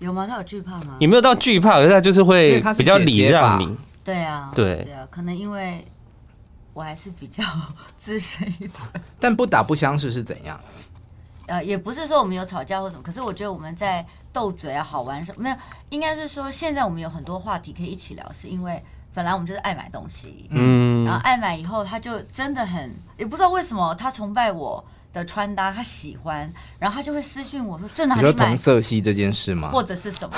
[SPEAKER 2] 有吗？他有惧怕吗
[SPEAKER 4] 也？没有到惧怕，可是他就是
[SPEAKER 1] 因
[SPEAKER 4] 会
[SPEAKER 1] 为他是
[SPEAKER 4] 比较
[SPEAKER 1] 姐
[SPEAKER 4] 礼
[SPEAKER 1] 姐吧
[SPEAKER 4] 让你。
[SPEAKER 2] 对啊，
[SPEAKER 4] 对
[SPEAKER 2] 对啊，可能因为我还是比较 资深一点。
[SPEAKER 1] 但不打不相识是怎样？
[SPEAKER 2] 呃，也不是说我们有吵架或什么，可是我觉得我们在斗嘴啊、好玩什么没有，应该是说现在我们有很多话题可以一起聊，是因为本来我们就是爱买东西，然后
[SPEAKER 4] 嗯，
[SPEAKER 2] 爱买以后他就真的很，也不知道为什么他崇拜我的穿搭，他喜欢，然后他就会私讯我说在哪
[SPEAKER 1] 你说
[SPEAKER 2] 里买
[SPEAKER 1] 同，色系这件事吗？
[SPEAKER 2] 或者是什么，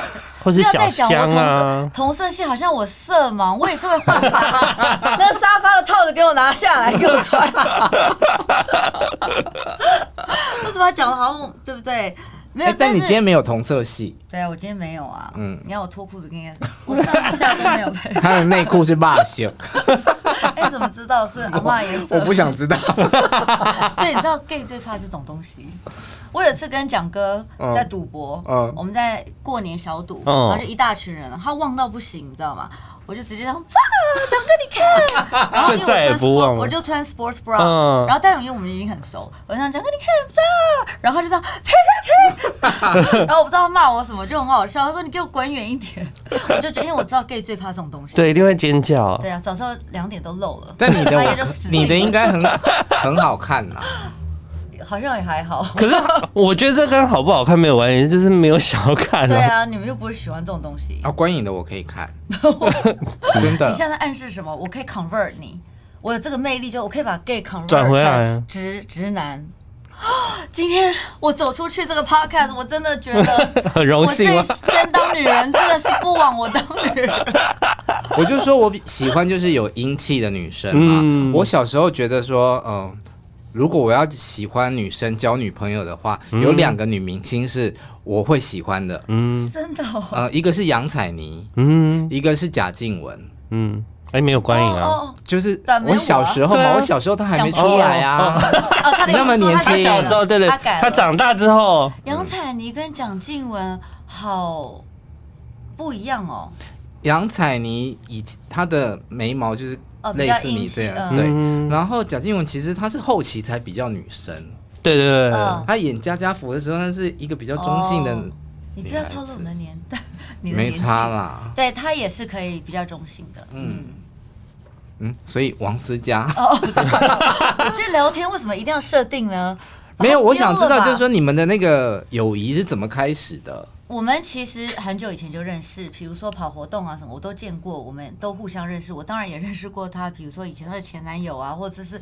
[SPEAKER 2] 不
[SPEAKER 4] 或是
[SPEAKER 2] 要
[SPEAKER 4] 小
[SPEAKER 2] 再讲我
[SPEAKER 4] 香
[SPEAKER 2] 同色
[SPEAKER 4] 啊，
[SPEAKER 2] 同色系，好像我色盲，我也是会 换法的。那沙发的套子给我拿下来，给我穿。 为什么要讲的好像我对不对？没有，
[SPEAKER 1] 哎，但你
[SPEAKER 2] 是
[SPEAKER 1] 今天没有同色系，
[SPEAKER 2] 对啊，我今天没有啊。
[SPEAKER 1] 嗯
[SPEAKER 2] 嗯，你要我脱裤子给你看，我上下都没有配。
[SPEAKER 1] 她的内裤是霸型，
[SPEAKER 2] 哎、怎么知道是阿嬷颜色？
[SPEAKER 1] 我不想知道。
[SPEAKER 2] 对，你知道 gay 最怕这种东西。我有一次跟蒋哥
[SPEAKER 1] 嗯
[SPEAKER 2] 在赌博，
[SPEAKER 1] 嗯
[SPEAKER 2] 我们在过年小赌，
[SPEAKER 4] 嗯
[SPEAKER 2] 然后就一大群人，他旺到不行，你知道吗？我就直接这样，哇，蒋哥你 看，然后因为
[SPEAKER 4] 就
[SPEAKER 2] 我
[SPEAKER 4] 再也
[SPEAKER 2] 穿
[SPEAKER 4] 不忘
[SPEAKER 2] sport，
[SPEAKER 4] 了
[SPEAKER 2] 我就穿 sports bra，、
[SPEAKER 4] 嗯
[SPEAKER 2] 然后戴永因为我们已经很熟，我就想蒋哥你看，啊然后他就这样呸呸 呸，然后我不知道他骂我什么，就很好笑，他说你给我滚远一点， 我就觉得因为我知道 gay 最怕这种东西，
[SPEAKER 4] 对，一定会尖叫
[SPEAKER 2] 对。啊，早上两点都漏了，
[SPEAKER 1] 但你的
[SPEAKER 2] 半夜就死
[SPEAKER 1] 我，你的应该很 很好看呐。
[SPEAKER 2] 好像也 还好。
[SPEAKER 4] 可是我觉得这跟好不好看没有关系，就是没有想要看
[SPEAKER 2] 对
[SPEAKER 4] 啊。
[SPEAKER 2] 啊，你们又不是喜欢这种东西。
[SPEAKER 1] 啊，观影的我可以 看，真的
[SPEAKER 2] 你。现在暗示什么？我可以 convert 你，我有这个魅力，就我可以把 gay convert
[SPEAKER 4] 转回来
[SPEAKER 2] 成直直男。 今天我走出去这个 podcast，我真的觉得
[SPEAKER 4] 很 荣
[SPEAKER 2] 我这
[SPEAKER 4] 幸啊
[SPEAKER 2] 一
[SPEAKER 4] 吗？
[SPEAKER 2] 生当女人真的是不枉我当女人。
[SPEAKER 1] 我就说我比喜欢就是有英气的女生嘛。
[SPEAKER 4] 嗯
[SPEAKER 1] 我小时候觉得说，嗯、如果我要喜欢女生交女朋友的话，有两个女明星是我会喜欢的，
[SPEAKER 4] 嗯
[SPEAKER 2] 真的哦，
[SPEAKER 1] 呃，一个是杨采妮，
[SPEAKER 4] 嗯
[SPEAKER 1] 一个是贾静雯。
[SPEAKER 4] 嗯，哎，没有观影啊。
[SPEAKER 2] 哦
[SPEAKER 1] 就是
[SPEAKER 2] 短眉舞
[SPEAKER 1] 我
[SPEAKER 2] 啊
[SPEAKER 1] 小时候
[SPEAKER 4] 对
[SPEAKER 1] 嘛，
[SPEAKER 4] 啊
[SPEAKER 1] 我小时候她还没出来啊，
[SPEAKER 2] 哦，哦他的意思
[SPEAKER 1] 那么
[SPEAKER 2] 说
[SPEAKER 1] 年
[SPEAKER 2] 他
[SPEAKER 1] 轻
[SPEAKER 4] 他
[SPEAKER 2] 改了
[SPEAKER 4] 小时候，对对
[SPEAKER 2] 他，改
[SPEAKER 4] 他
[SPEAKER 2] 了
[SPEAKER 4] 长大之后，
[SPEAKER 2] 杨采妮跟蒋静雯好不一样哦。
[SPEAKER 1] 杨采妮以她的眉毛就是
[SPEAKER 2] 哦比
[SPEAKER 1] 类
[SPEAKER 2] 较
[SPEAKER 1] 似你
[SPEAKER 2] 硬气
[SPEAKER 1] 这样，
[SPEAKER 2] 嗯
[SPEAKER 1] 对。
[SPEAKER 4] 嗯
[SPEAKER 1] 然后贾静雯其实她是后期才比较女生，
[SPEAKER 4] 对对对，
[SPEAKER 2] 嗯
[SPEAKER 1] 她演家家福的时候，她是一个比较中性的，
[SPEAKER 2] 哦你不要透露我的年代， 你的
[SPEAKER 1] 没
[SPEAKER 2] 年纪
[SPEAKER 1] 差啦。
[SPEAKER 2] 对他也是可以比较中性的。嗯，
[SPEAKER 1] 嗯，所以王思佳、
[SPEAKER 2] 哦 这聊天为什么一定要设定呢？
[SPEAKER 1] 没有，我想知
[SPEAKER 2] 好
[SPEAKER 1] 道
[SPEAKER 2] 哦丢了吧
[SPEAKER 1] 就是说你们的那个友谊是怎么开始的？
[SPEAKER 2] 我们其实很久以前就认识，比如说跑活动啊什么，我都见过，我们都互相认识。我当然也认识过他，比如说以前他的前男友啊，或者是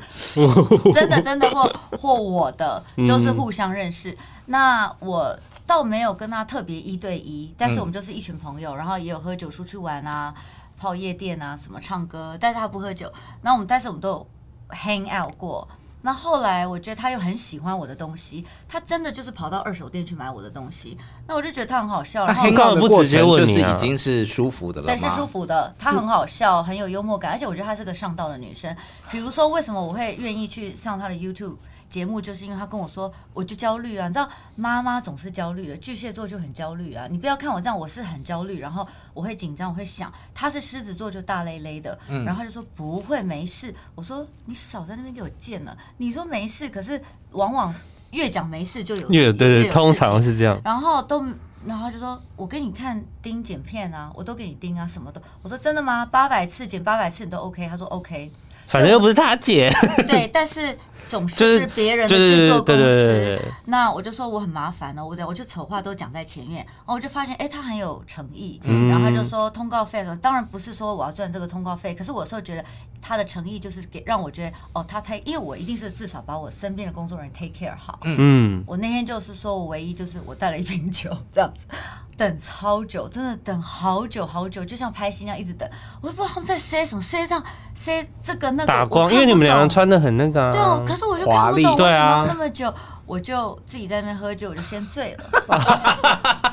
[SPEAKER 2] 真的真的或 或我的，都是互相认识。那我倒没有跟他特别一对一，但是我们就是一群朋友，然后也有喝酒出去玩啊，泡夜店啊，什么唱歌，但是他不喝酒。那我们但是我们都有 hang out 过。那后来我觉得他又很喜欢我的东西，他真的就是跑到二手店去买我的东西。那我就觉得他很好笑，
[SPEAKER 4] 哦
[SPEAKER 1] 那
[SPEAKER 2] 然后
[SPEAKER 1] 啊 hang out 的
[SPEAKER 4] 不
[SPEAKER 1] 过
[SPEAKER 4] 直接
[SPEAKER 1] 程就
[SPEAKER 4] 问
[SPEAKER 1] 是
[SPEAKER 4] 你啊
[SPEAKER 1] 已经是舒服的了
[SPEAKER 2] 对
[SPEAKER 1] 吗？
[SPEAKER 2] 是舒服的，她很好笑，很有幽默感，而且我觉得她是个上道的女生。比如说为什么我会愿意去上她的 YouTube 节目，就是因为她跟我说我就焦虑啊，你知道妈妈总是焦虑的，巨蟹座就很焦虑啊。你不要看我这样，我是很焦虑，然后我会紧张，我会想，她是狮子座就大累累的，
[SPEAKER 4] 嗯
[SPEAKER 2] 然后她就说不会没事。我说你少在那边给我贱了，你说没事，可是往往越讲没事就有
[SPEAKER 4] 越对
[SPEAKER 2] 越
[SPEAKER 4] 对，
[SPEAKER 2] 有
[SPEAKER 4] 通
[SPEAKER 2] 事情
[SPEAKER 4] 常是这样。
[SPEAKER 2] 然后都，然后就说，我给你看盯剪片啊，我都给你盯啊，什么都。我说真的吗？八百次剪八百次你都 OK？他说 OK。
[SPEAKER 4] 反正又不是他姐，
[SPEAKER 2] 对，但是总
[SPEAKER 4] 就是是
[SPEAKER 2] 是别人的
[SPEAKER 4] 对对
[SPEAKER 2] 制作公
[SPEAKER 4] 对对对
[SPEAKER 2] 司
[SPEAKER 4] 对。
[SPEAKER 2] 那我就说我很麻烦哦，我怎我就丑话都讲在前面，然后我就发现哎、他很有诚意，
[SPEAKER 4] 嗯
[SPEAKER 2] 然后他就说通告费什么，当然不是说我要赚这个通告费，可是我有时候觉得他的诚意就是给让我觉得哦，他才因为我一定是至少把我身边的工作人员 take care 好，
[SPEAKER 4] 嗯，
[SPEAKER 2] 我那天就是说我唯一就是我带了一瓶酒这样子， 等超久，真的等好久好久，就像拍戏那样一直等。我也不知道他们在塞什么，塞上塞这个那个
[SPEAKER 4] 打
[SPEAKER 2] 我
[SPEAKER 4] 光，
[SPEAKER 2] 看
[SPEAKER 4] 因为你
[SPEAKER 2] 不
[SPEAKER 4] 们两
[SPEAKER 2] 懂
[SPEAKER 4] 个人穿的很那个、啊。
[SPEAKER 2] 对啊，可是我就
[SPEAKER 1] 华
[SPEAKER 2] 看不
[SPEAKER 1] 丽
[SPEAKER 2] 懂为
[SPEAKER 4] 对
[SPEAKER 2] 什么
[SPEAKER 4] 啊
[SPEAKER 2] 要那么久，我就自己在那边喝酒，我就先醉了。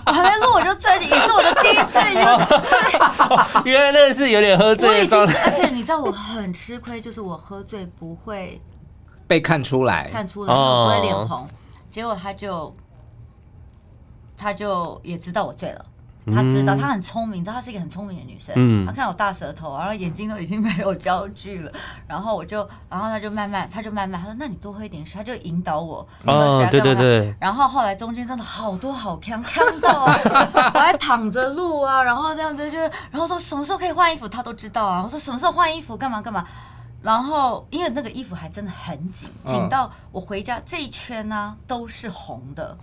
[SPEAKER 2] 我还没录我就醉，也是我的第一次 有，
[SPEAKER 4] 原来那是有点喝
[SPEAKER 2] 所以我
[SPEAKER 4] 醉
[SPEAKER 2] 已
[SPEAKER 4] 的
[SPEAKER 2] 经，
[SPEAKER 4] 状态。
[SPEAKER 2] 而且你知道我很吃亏，就是我喝醉不会
[SPEAKER 1] 被看出来，
[SPEAKER 2] 看出来，
[SPEAKER 4] 哦
[SPEAKER 2] 我不会脸红。结果他就，他就也知道我醉了。他知道，
[SPEAKER 4] 嗯
[SPEAKER 2] 他很聪明，你知道她是一个很聪明的女生。
[SPEAKER 4] 嗯
[SPEAKER 2] 她看我大舌头，然后眼睛都已经 没有焦距了，然后我就，然后他就慢慢，他就慢慢，他说：“那你多喝一点水。”他就引导我，你喝水
[SPEAKER 4] 哦
[SPEAKER 2] 啊，
[SPEAKER 4] 对
[SPEAKER 2] 干嘛
[SPEAKER 4] 对对
[SPEAKER 2] 然后后来中间真的好多好康康到，啊 我还躺着录啊，然后这样子就，然后说什么时候可以换衣服，他都知道啊。我说什么时候换衣服，干嘛干嘛。然后因为那个衣服还真的很紧，紧
[SPEAKER 1] 嗯
[SPEAKER 2] 到我回家这一圈呢、都是红的。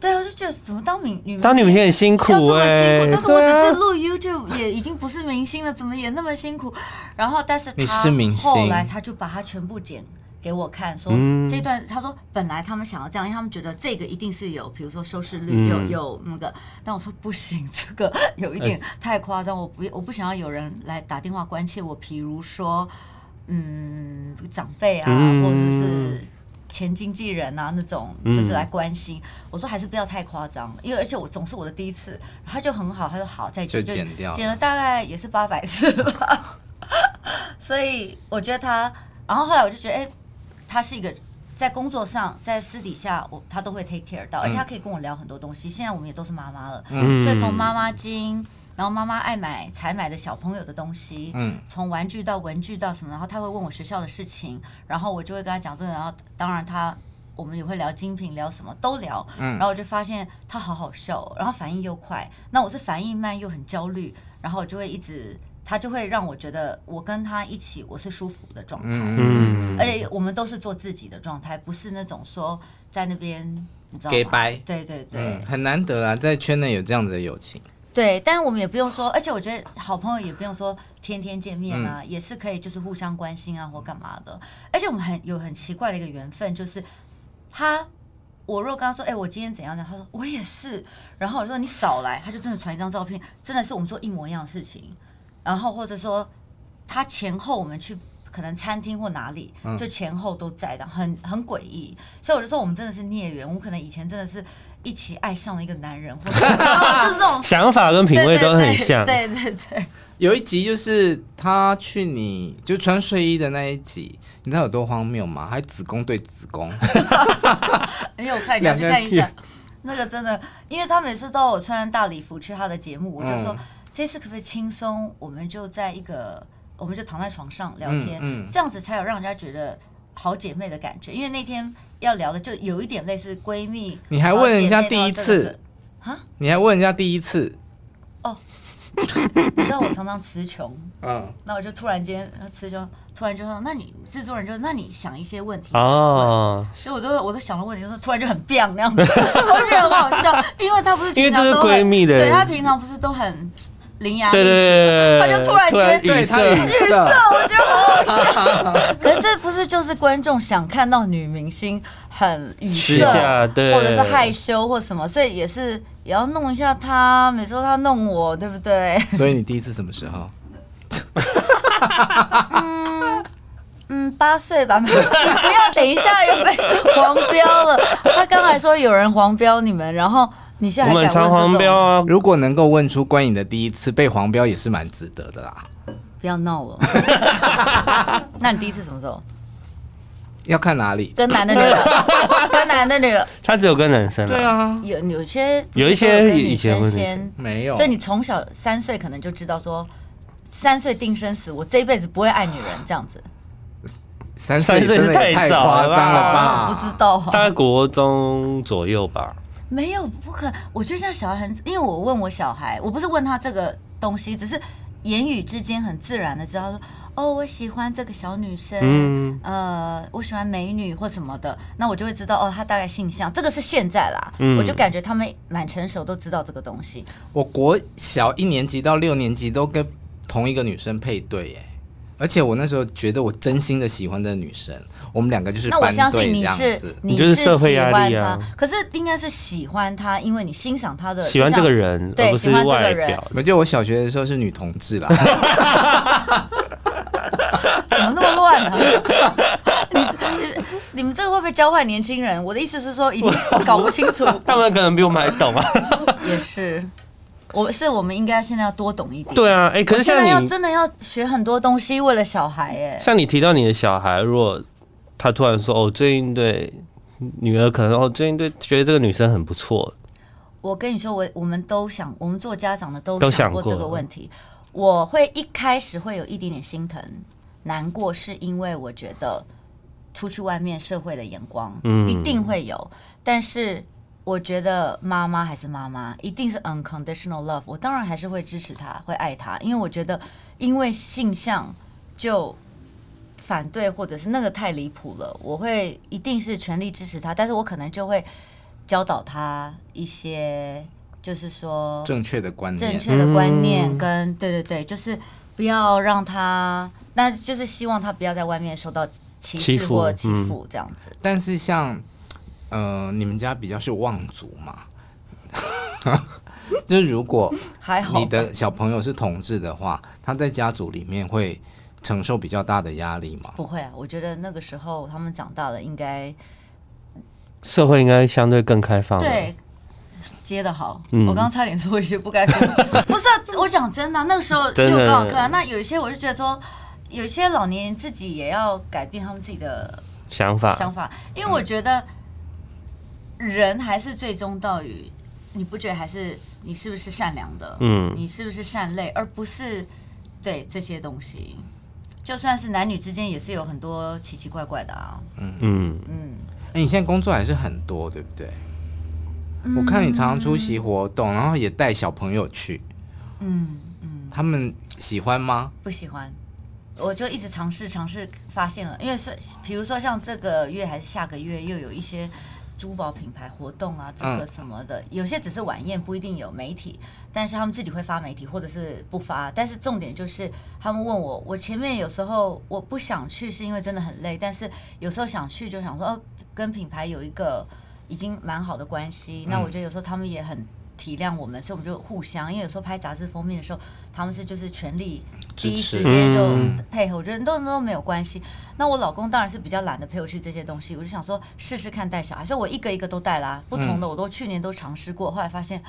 [SPEAKER 2] 对，啊我就觉得怎么当明女明
[SPEAKER 4] 当你们
[SPEAKER 2] 星
[SPEAKER 4] 现在很辛苦
[SPEAKER 2] 要这么辛
[SPEAKER 4] 哎、
[SPEAKER 2] 苦，
[SPEAKER 4] 对
[SPEAKER 2] 但是我只是
[SPEAKER 4] 啊
[SPEAKER 2] 录 YouTube 也已经不是明星了，怎么也那么辛苦？然后，但是他
[SPEAKER 1] 你是明星
[SPEAKER 2] 后来他就把他全部剪给我看，说
[SPEAKER 4] 嗯
[SPEAKER 2] 这段他说本来他们想要这样，因为他们觉得这个一定是有，比如说收视率
[SPEAKER 4] 嗯
[SPEAKER 2] 有有那个，但我说不行，这个有一点太夸张，我不我不想要有人来打电话关切我，比如说嗯长辈啊，
[SPEAKER 4] 嗯
[SPEAKER 2] 或者是。前经纪人啊，那种就是
[SPEAKER 4] 嗯
[SPEAKER 2] 来关心，我说还是不要太夸张，因为而且我总是我的第一次，他就很好，他说好再剪，
[SPEAKER 1] 就剪掉了
[SPEAKER 2] 剪了大概也是八百次吧， 所以我觉得他，然后后来我就觉得，哎、他是一个在工作上，在私底下我他都会 take care 到，而
[SPEAKER 1] 嗯
[SPEAKER 2] 且他可以跟我聊很多东西。现在我们也都是妈妈了，
[SPEAKER 4] 嗯
[SPEAKER 2] 所以从妈妈经，然后妈妈爱买才买的小朋友的东西，
[SPEAKER 1] 嗯
[SPEAKER 2] 从玩具到文具到什么，然后他会问我学校的事情，然后我就会跟他讲这个，然后当然他。我们也会聊精品，聊什么都聊，
[SPEAKER 1] 嗯
[SPEAKER 2] 然后我就发现他好好笑、哦，然后反应又快。那我是反应慢又很焦虑，然后我就会一直，他就会让我觉得我跟他一起我是舒服的状态。
[SPEAKER 4] 嗯，
[SPEAKER 2] 而且我们都是做自己的状态，不是那种说在那边你知道
[SPEAKER 1] 给
[SPEAKER 2] 吗？
[SPEAKER 1] 掰
[SPEAKER 2] 对对对、
[SPEAKER 1] 嗯，很难得啊，在圈内有这样子的友情，
[SPEAKER 2] 对，但我们也不用说，而且我觉得好朋友也不用说天天见面啊，也是可以就是互相关心啊或干嘛的。而且我们很有很奇怪的一个缘分，就是他。我若跟他说，哎、我今天怎样的？他说我也是。然后我说你少来，他就真的传一张照片，真的是我们做一模一样的事情。然后或者说他前后我们去可能餐厅或哪里，就前后都在的，很很诡异。所以我就说我们真的是孽缘，我们可能以前真的是一起爱上了一个男人，或者然后就是 那种
[SPEAKER 4] 想法跟品味都很像。
[SPEAKER 2] 对对对对
[SPEAKER 1] 有一集就是他去你就穿睡衣的那一集，你知道有多荒谬吗？还子宫对子 宫，
[SPEAKER 2] 对，哎，我看你要去看一下，那个真的，因为他每次都要我穿大礼服去他的节目，我就说、
[SPEAKER 1] 嗯
[SPEAKER 2] 这次可不可以轻松，我们就在一个，我们就躺在床上聊天，
[SPEAKER 1] 嗯嗯
[SPEAKER 2] 这样子才有让人家觉得好姐妹的感觉。因为那天要聊的就有一点类似闺蜜，
[SPEAKER 1] 你还问人家
[SPEAKER 2] 好姐妹
[SPEAKER 1] 第一
[SPEAKER 2] 到这个
[SPEAKER 1] 次
[SPEAKER 2] 是
[SPEAKER 1] 你还问人家第一次，
[SPEAKER 2] 你知道我常常词穷，
[SPEAKER 1] 嗯，
[SPEAKER 2] 那我就突然间呃词穷，突然就说，那你制作人就那你想一些问题
[SPEAKER 4] 哦，
[SPEAKER 2] 所以我都我都想了问题，就是突然就很 biang 那样 子，我觉得很好笑，因为她不是平常都
[SPEAKER 4] 因为这是
[SPEAKER 2] 很
[SPEAKER 4] 闺蜜的
[SPEAKER 2] 对她平常不是都很伶牙俐
[SPEAKER 4] 对对
[SPEAKER 2] 齿，
[SPEAKER 4] 对对，
[SPEAKER 2] 他就突然间
[SPEAKER 4] 对
[SPEAKER 1] 对他
[SPEAKER 4] 色
[SPEAKER 1] 语塞，
[SPEAKER 2] 我觉得好好 笑。可是这不是就是观众想看到女明星很语
[SPEAKER 4] 吃
[SPEAKER 2] 塞，
[SPEAKER 4] 下，对，
[SPEAKER 2] 或者是害羞或什么，所以也是也要弄一下她，每次都她弄我，对不对？
[SPEAKER 1] 所以你第一次什么时候？
[SPEAKER 2] 嗯，八岁吧，没有，你不要等一下又被黄标了。他刚才说有人黄标你们，然后你现在
[SPEAKER 4] 我
[SPEAKER 2] 还
[SPEAKER 4] 们
[SPEAKER 2] 敢
[SPEAKER 4] 常
[SPEAKER 2] 问
[SPEAKER 4] 黄
[SPEAKER 2] 这
[SPEAKER 4] 标
[SPEAKER 2] 种？
[SPEAKER 4] 啊，
[SPEAKER 1] 如果能够问出关颖的第一次被黄标，也是蛮值得的啦。
[SPEAKER 2] 不要闹了。 那你第一次什么时候？
[SPEAKER 1] 要看哪里？
[SPEAKER 2] 跟男的女 的，跟男的女的，
[SPEAKER 4] 他只有跟男生啊，
[SPEAKER 1] 啊，
[SPEAKER 2] 有有些
[SPEAKER 4] 有一些
[SPEAKER 2] 不是说跟女
[SPEAKER 4] 以前
[SPEAKER 2] 生
[SPEAKER 4] 会
[SPEAKER 2] 先，
[SPEAKER 1] 没有。
[SPEAKER 2] 所以你从小三岁可能就知道说。三岁定生死，我这一辈子不会爱女人这样子，
[SPEAKER 1] 三岁
[SPEAKER 4] 三岁
[SPEAKER 1] 真的也
[SPEAKER 4] 是太
[SPEAKER 1] 太
[SPEAKER 4] 早
[SPEAKER 1] 夸
[SPEAKER 4] 了吧
[SPEAKER 1] 张了
[SPEAKER 2] 我不知
[SPEAKER 1] 吧？
[SPEAKER 2] 道啊。
[SPEAKER 4] 大概国中左右吧。
[SPEAKER 2] 没有，不可能。我觉得像小孩很，因为我问我小孩，我不是问他这个东西，只是言语之间很自然的知道说，哦，我喜欢这个小女生，
[SPEAKER 4] 嗯
[SPEAKER 2] 呃，我喜欢美女或什么的，那我就会知道哦，她大概性向，这个是现在啦，
[SPEAKER 4] 嗯
[SPEAKER 2] 我就感觉他们蛮成熟，都知道这个东西。
[SPEAKER 1] 我国小一年级到六年级都跟同一个女生配对耶，而且我那时候觉得我真心的喜欢这个女生，我们两个就是
[SPEAKER 2] 那我相
[SPEAKER 1] 班
[SPEAKER 2] 信
[SPEAKER 1] 对这
[SPEAKER 2] 你
[SPEAKER 1] 样
[SPEAKER 2] 是
[SPEAKER 1] 子。
[SPEAKER 4] 你
[SPEAKER 2] 你
[SPEAKER 4] 就是
[SPEAKER 2] 是
[SPEAKER 4] 社会
[SPEAKER 2] 喜
[SPEAKER 4] 压
[SPEAKER 2] 欢
[SPEAKER 4] 力
[SPEAKER 2] 她，
[SPEAKER 4] 啊
[SPEAKER 2] 可是应该是喜欢她，因为你欣赏她的，
[SPEAKER 4] 喜欢
[SPEAKER 2] 就
[SPEAKER 4] 这
[SPEAKER 2] 像
[SPEAKER 4] 个人，
[SPEAKER 2] 对
[SPEAKER 4] 而不是
[SPEAKER 2] 喜欢这个
[SPEAKER 4] 外
[SPEAKER 2] 人
[SPEAKER 4] 表。
[SPEAKER 1] 我记得我小学的时候是女同志 啦，
[SPEAKER 2] 怎么那么乱呢、 你你们这个会不会教坏年轻人？我的意思是说，一定搞不清 楚。
[SPEAKER 4] 他们可能比我们还懂啊。
[SPEAKER 2] 也是，我是我们应该现在要多懂一点。
[SPEAKER 4] 对啊，哎、可是
[SPEAKER 2] 现在要
[SPEAKER 4] 像你，
[SPEAKER 2] 真的要学很多东西，为了小孩哎、
[SPEAKER 4] 像你提到你的小孩，如果他突然说：“哦，最近对女儿可能哦，最近对觉得这个女生很不错。
[SPEAKER 2] 我跟你说，我我们都想，我们做家长的都
[SPEAKER 4] 都
[SPEAKER 2] 想
[SPEAKER 4] 想
[SPEAKER 2] 过
[SPEAKER 4] 过
[SPEAKER 2] 这个问题。我会一开始会有一点点心疼、难过，是因为我觉得出去外面社会的眼光，
[SPEAKER 4] 嗯
[SPEAKER 2] 一定会有。但是我觉得妈妈还是妈妈，一定是 unconditional love。我当然还是会支持她，会爱她，因为我觉得因为性向就反对或者是那个太离谱了，我会一定是全力支持她，但是我可能就会教导她一些，就是说
[SPEAKER 1] 正确的观
[SPEAKER 2] 正
[SPEAKER 1] 念。
[SPEAKER 2] 确的观念
[SPEAKER 4] 嗯
[SPEAKER 2] 跟对对对，就是不要让他，那就是希望他不要在外面受到歧
[SPEAKER 4] 欺
[SPEAKER 2] 视
[SPEAKER 4] 负
[SPEAKER 2] 或欺
[SPEAKER 4] 嗯
[SPEAKER 2] 负这样子。
[SPEAKER 1] 但是像，呃，你们家比较是望族嘛， 就是如果
[SPEAKER 2] 还好
[SPEAKER 1] 你的小朋友是同志的话，他在家族里面会承受比较大的压力嘛？
[SPEAKER 2] 不会啊，我觉得那个时候他们长大了，应该”
[SPEAKER 4] 社会应该相对更开放。，
[SPEAKER 2] 对。接的好，
[SPEAKER 4] 嗯
[SPEAKER 2] 我刚刚差点说一句不该说的， 不是、啊、我讲真的啊、那个时候
[SPEAKER 4] 真
[SPEAKER 2] 因
[SPEAKER 4] 的
[SPEAKER 2] 为我刚好看啊，那有一些我就觉得说，有一些老年人自己也要改变他们自己的
[SPEAKER 4] 想法
[SPEAKER 2] 想法，因为我觉得人还是最终到于，你不觉得还是你是不是善良的，
[SPEAKER 4] 嗯
[SPEAKER 2] 你是不是善类，而不是对这些东西。就算是男女之间，也是有很多奇奇怪怪的啊。
[SPEAKER 4] 嗯，
[SPEAKER 2] 嗯，
[SPEAKER 1] 哎、你现在工作还是很多，对不对？我看你常常出席活动，然后也带小朋友去，
[SPEAKER 2] 嗯嗯，
[SPEAKER 1] 他们喜欢吗？
[SPEAKER 2] 不喜欢，我就一直尝试尝试，发现了，因为是比如说像这个月还是下个月又有一些珠宝品牌活动啊，这个
[SPEAKER 1] 嗯
[SPEAKER 2] 什么的，有些只是晚宴不一定有媒体，但是他们自己会发媒体或者是不发，但是重点就是他们问我，我前面有时候我不想去是因为真的很累，但是有时候想去就想说，哦，跟品牌有一个已经蛮好的关系，那我觉得有时候他们也很。体谅我们，所以我们就互相，因为有时候拍杂志封面的时候，他们是就是全力
[SPEAKER 1] 支
[SPEAKER 2] 第一
[SPEAKER 1] 持
[SPEAKER 2] 时间就
[SPEAKER 4] 嗯
[SPEAKER 2] 配合，我觉得都都没有关系。那我老公当然是比较懒得陪我去这些东西，我就想说试试看带小孩，所以我一个一个都带啦，不同的我都去年都尝试过，后来发现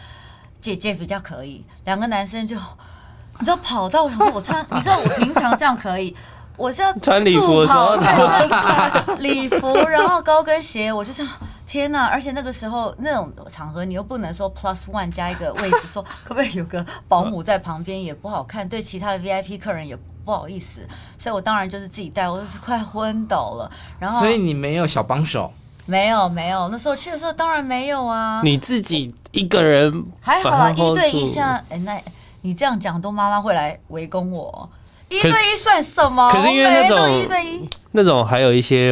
[SPEAKER 2] 姐姐比较可以，两个男生就你知道跑到我想说我穿，你知道我平常这样可以。我是要
[SPEAKER 4] 穿礼服
[SPEAKER 2] 助
[SPEAKER 4] 的时
[SPEAKER 2] 跑，
[SPEAKER 4] 候
[SPEAKER 2] 对，穿穿礼服，然后高跟鞋，我就想，天哪！而且那个时候那种场合，你又不能说 plus one 加一个位置，说可不可以有个保姆在旁边也不好看，对其他的 VIP 客人也不好意思，所以我当然就是自己带，我就是快昏倒了。然后
[SPEAKER 1] 所以你没有小帮手，
[SPEAKER 2] 没有没有，那时候去的时候当然没有啊，
[SPEAKER 4] 你自己一个人
[SPEAKER 2] 还好
[SPEAKER 4] 把
[SPEAKER 2] 啦，
[SPEAKER 4] 它
[SPEAKER 2] 一
[SPEAKER 4] hold
[SPEAKER 2] 对一
[SPEAKER 4] 住
[SPEAKER 2] 像哎、那你这样讲，都妈妈会来围攻我。一
[SPEAKER 4] 可是
[SPEAKER 2] 对一算什么？
[SPEAKER 4] 可是因为那种
[SPEAKER 2] 我没有一对一，
[SPEAKER 4] 那种，还有一些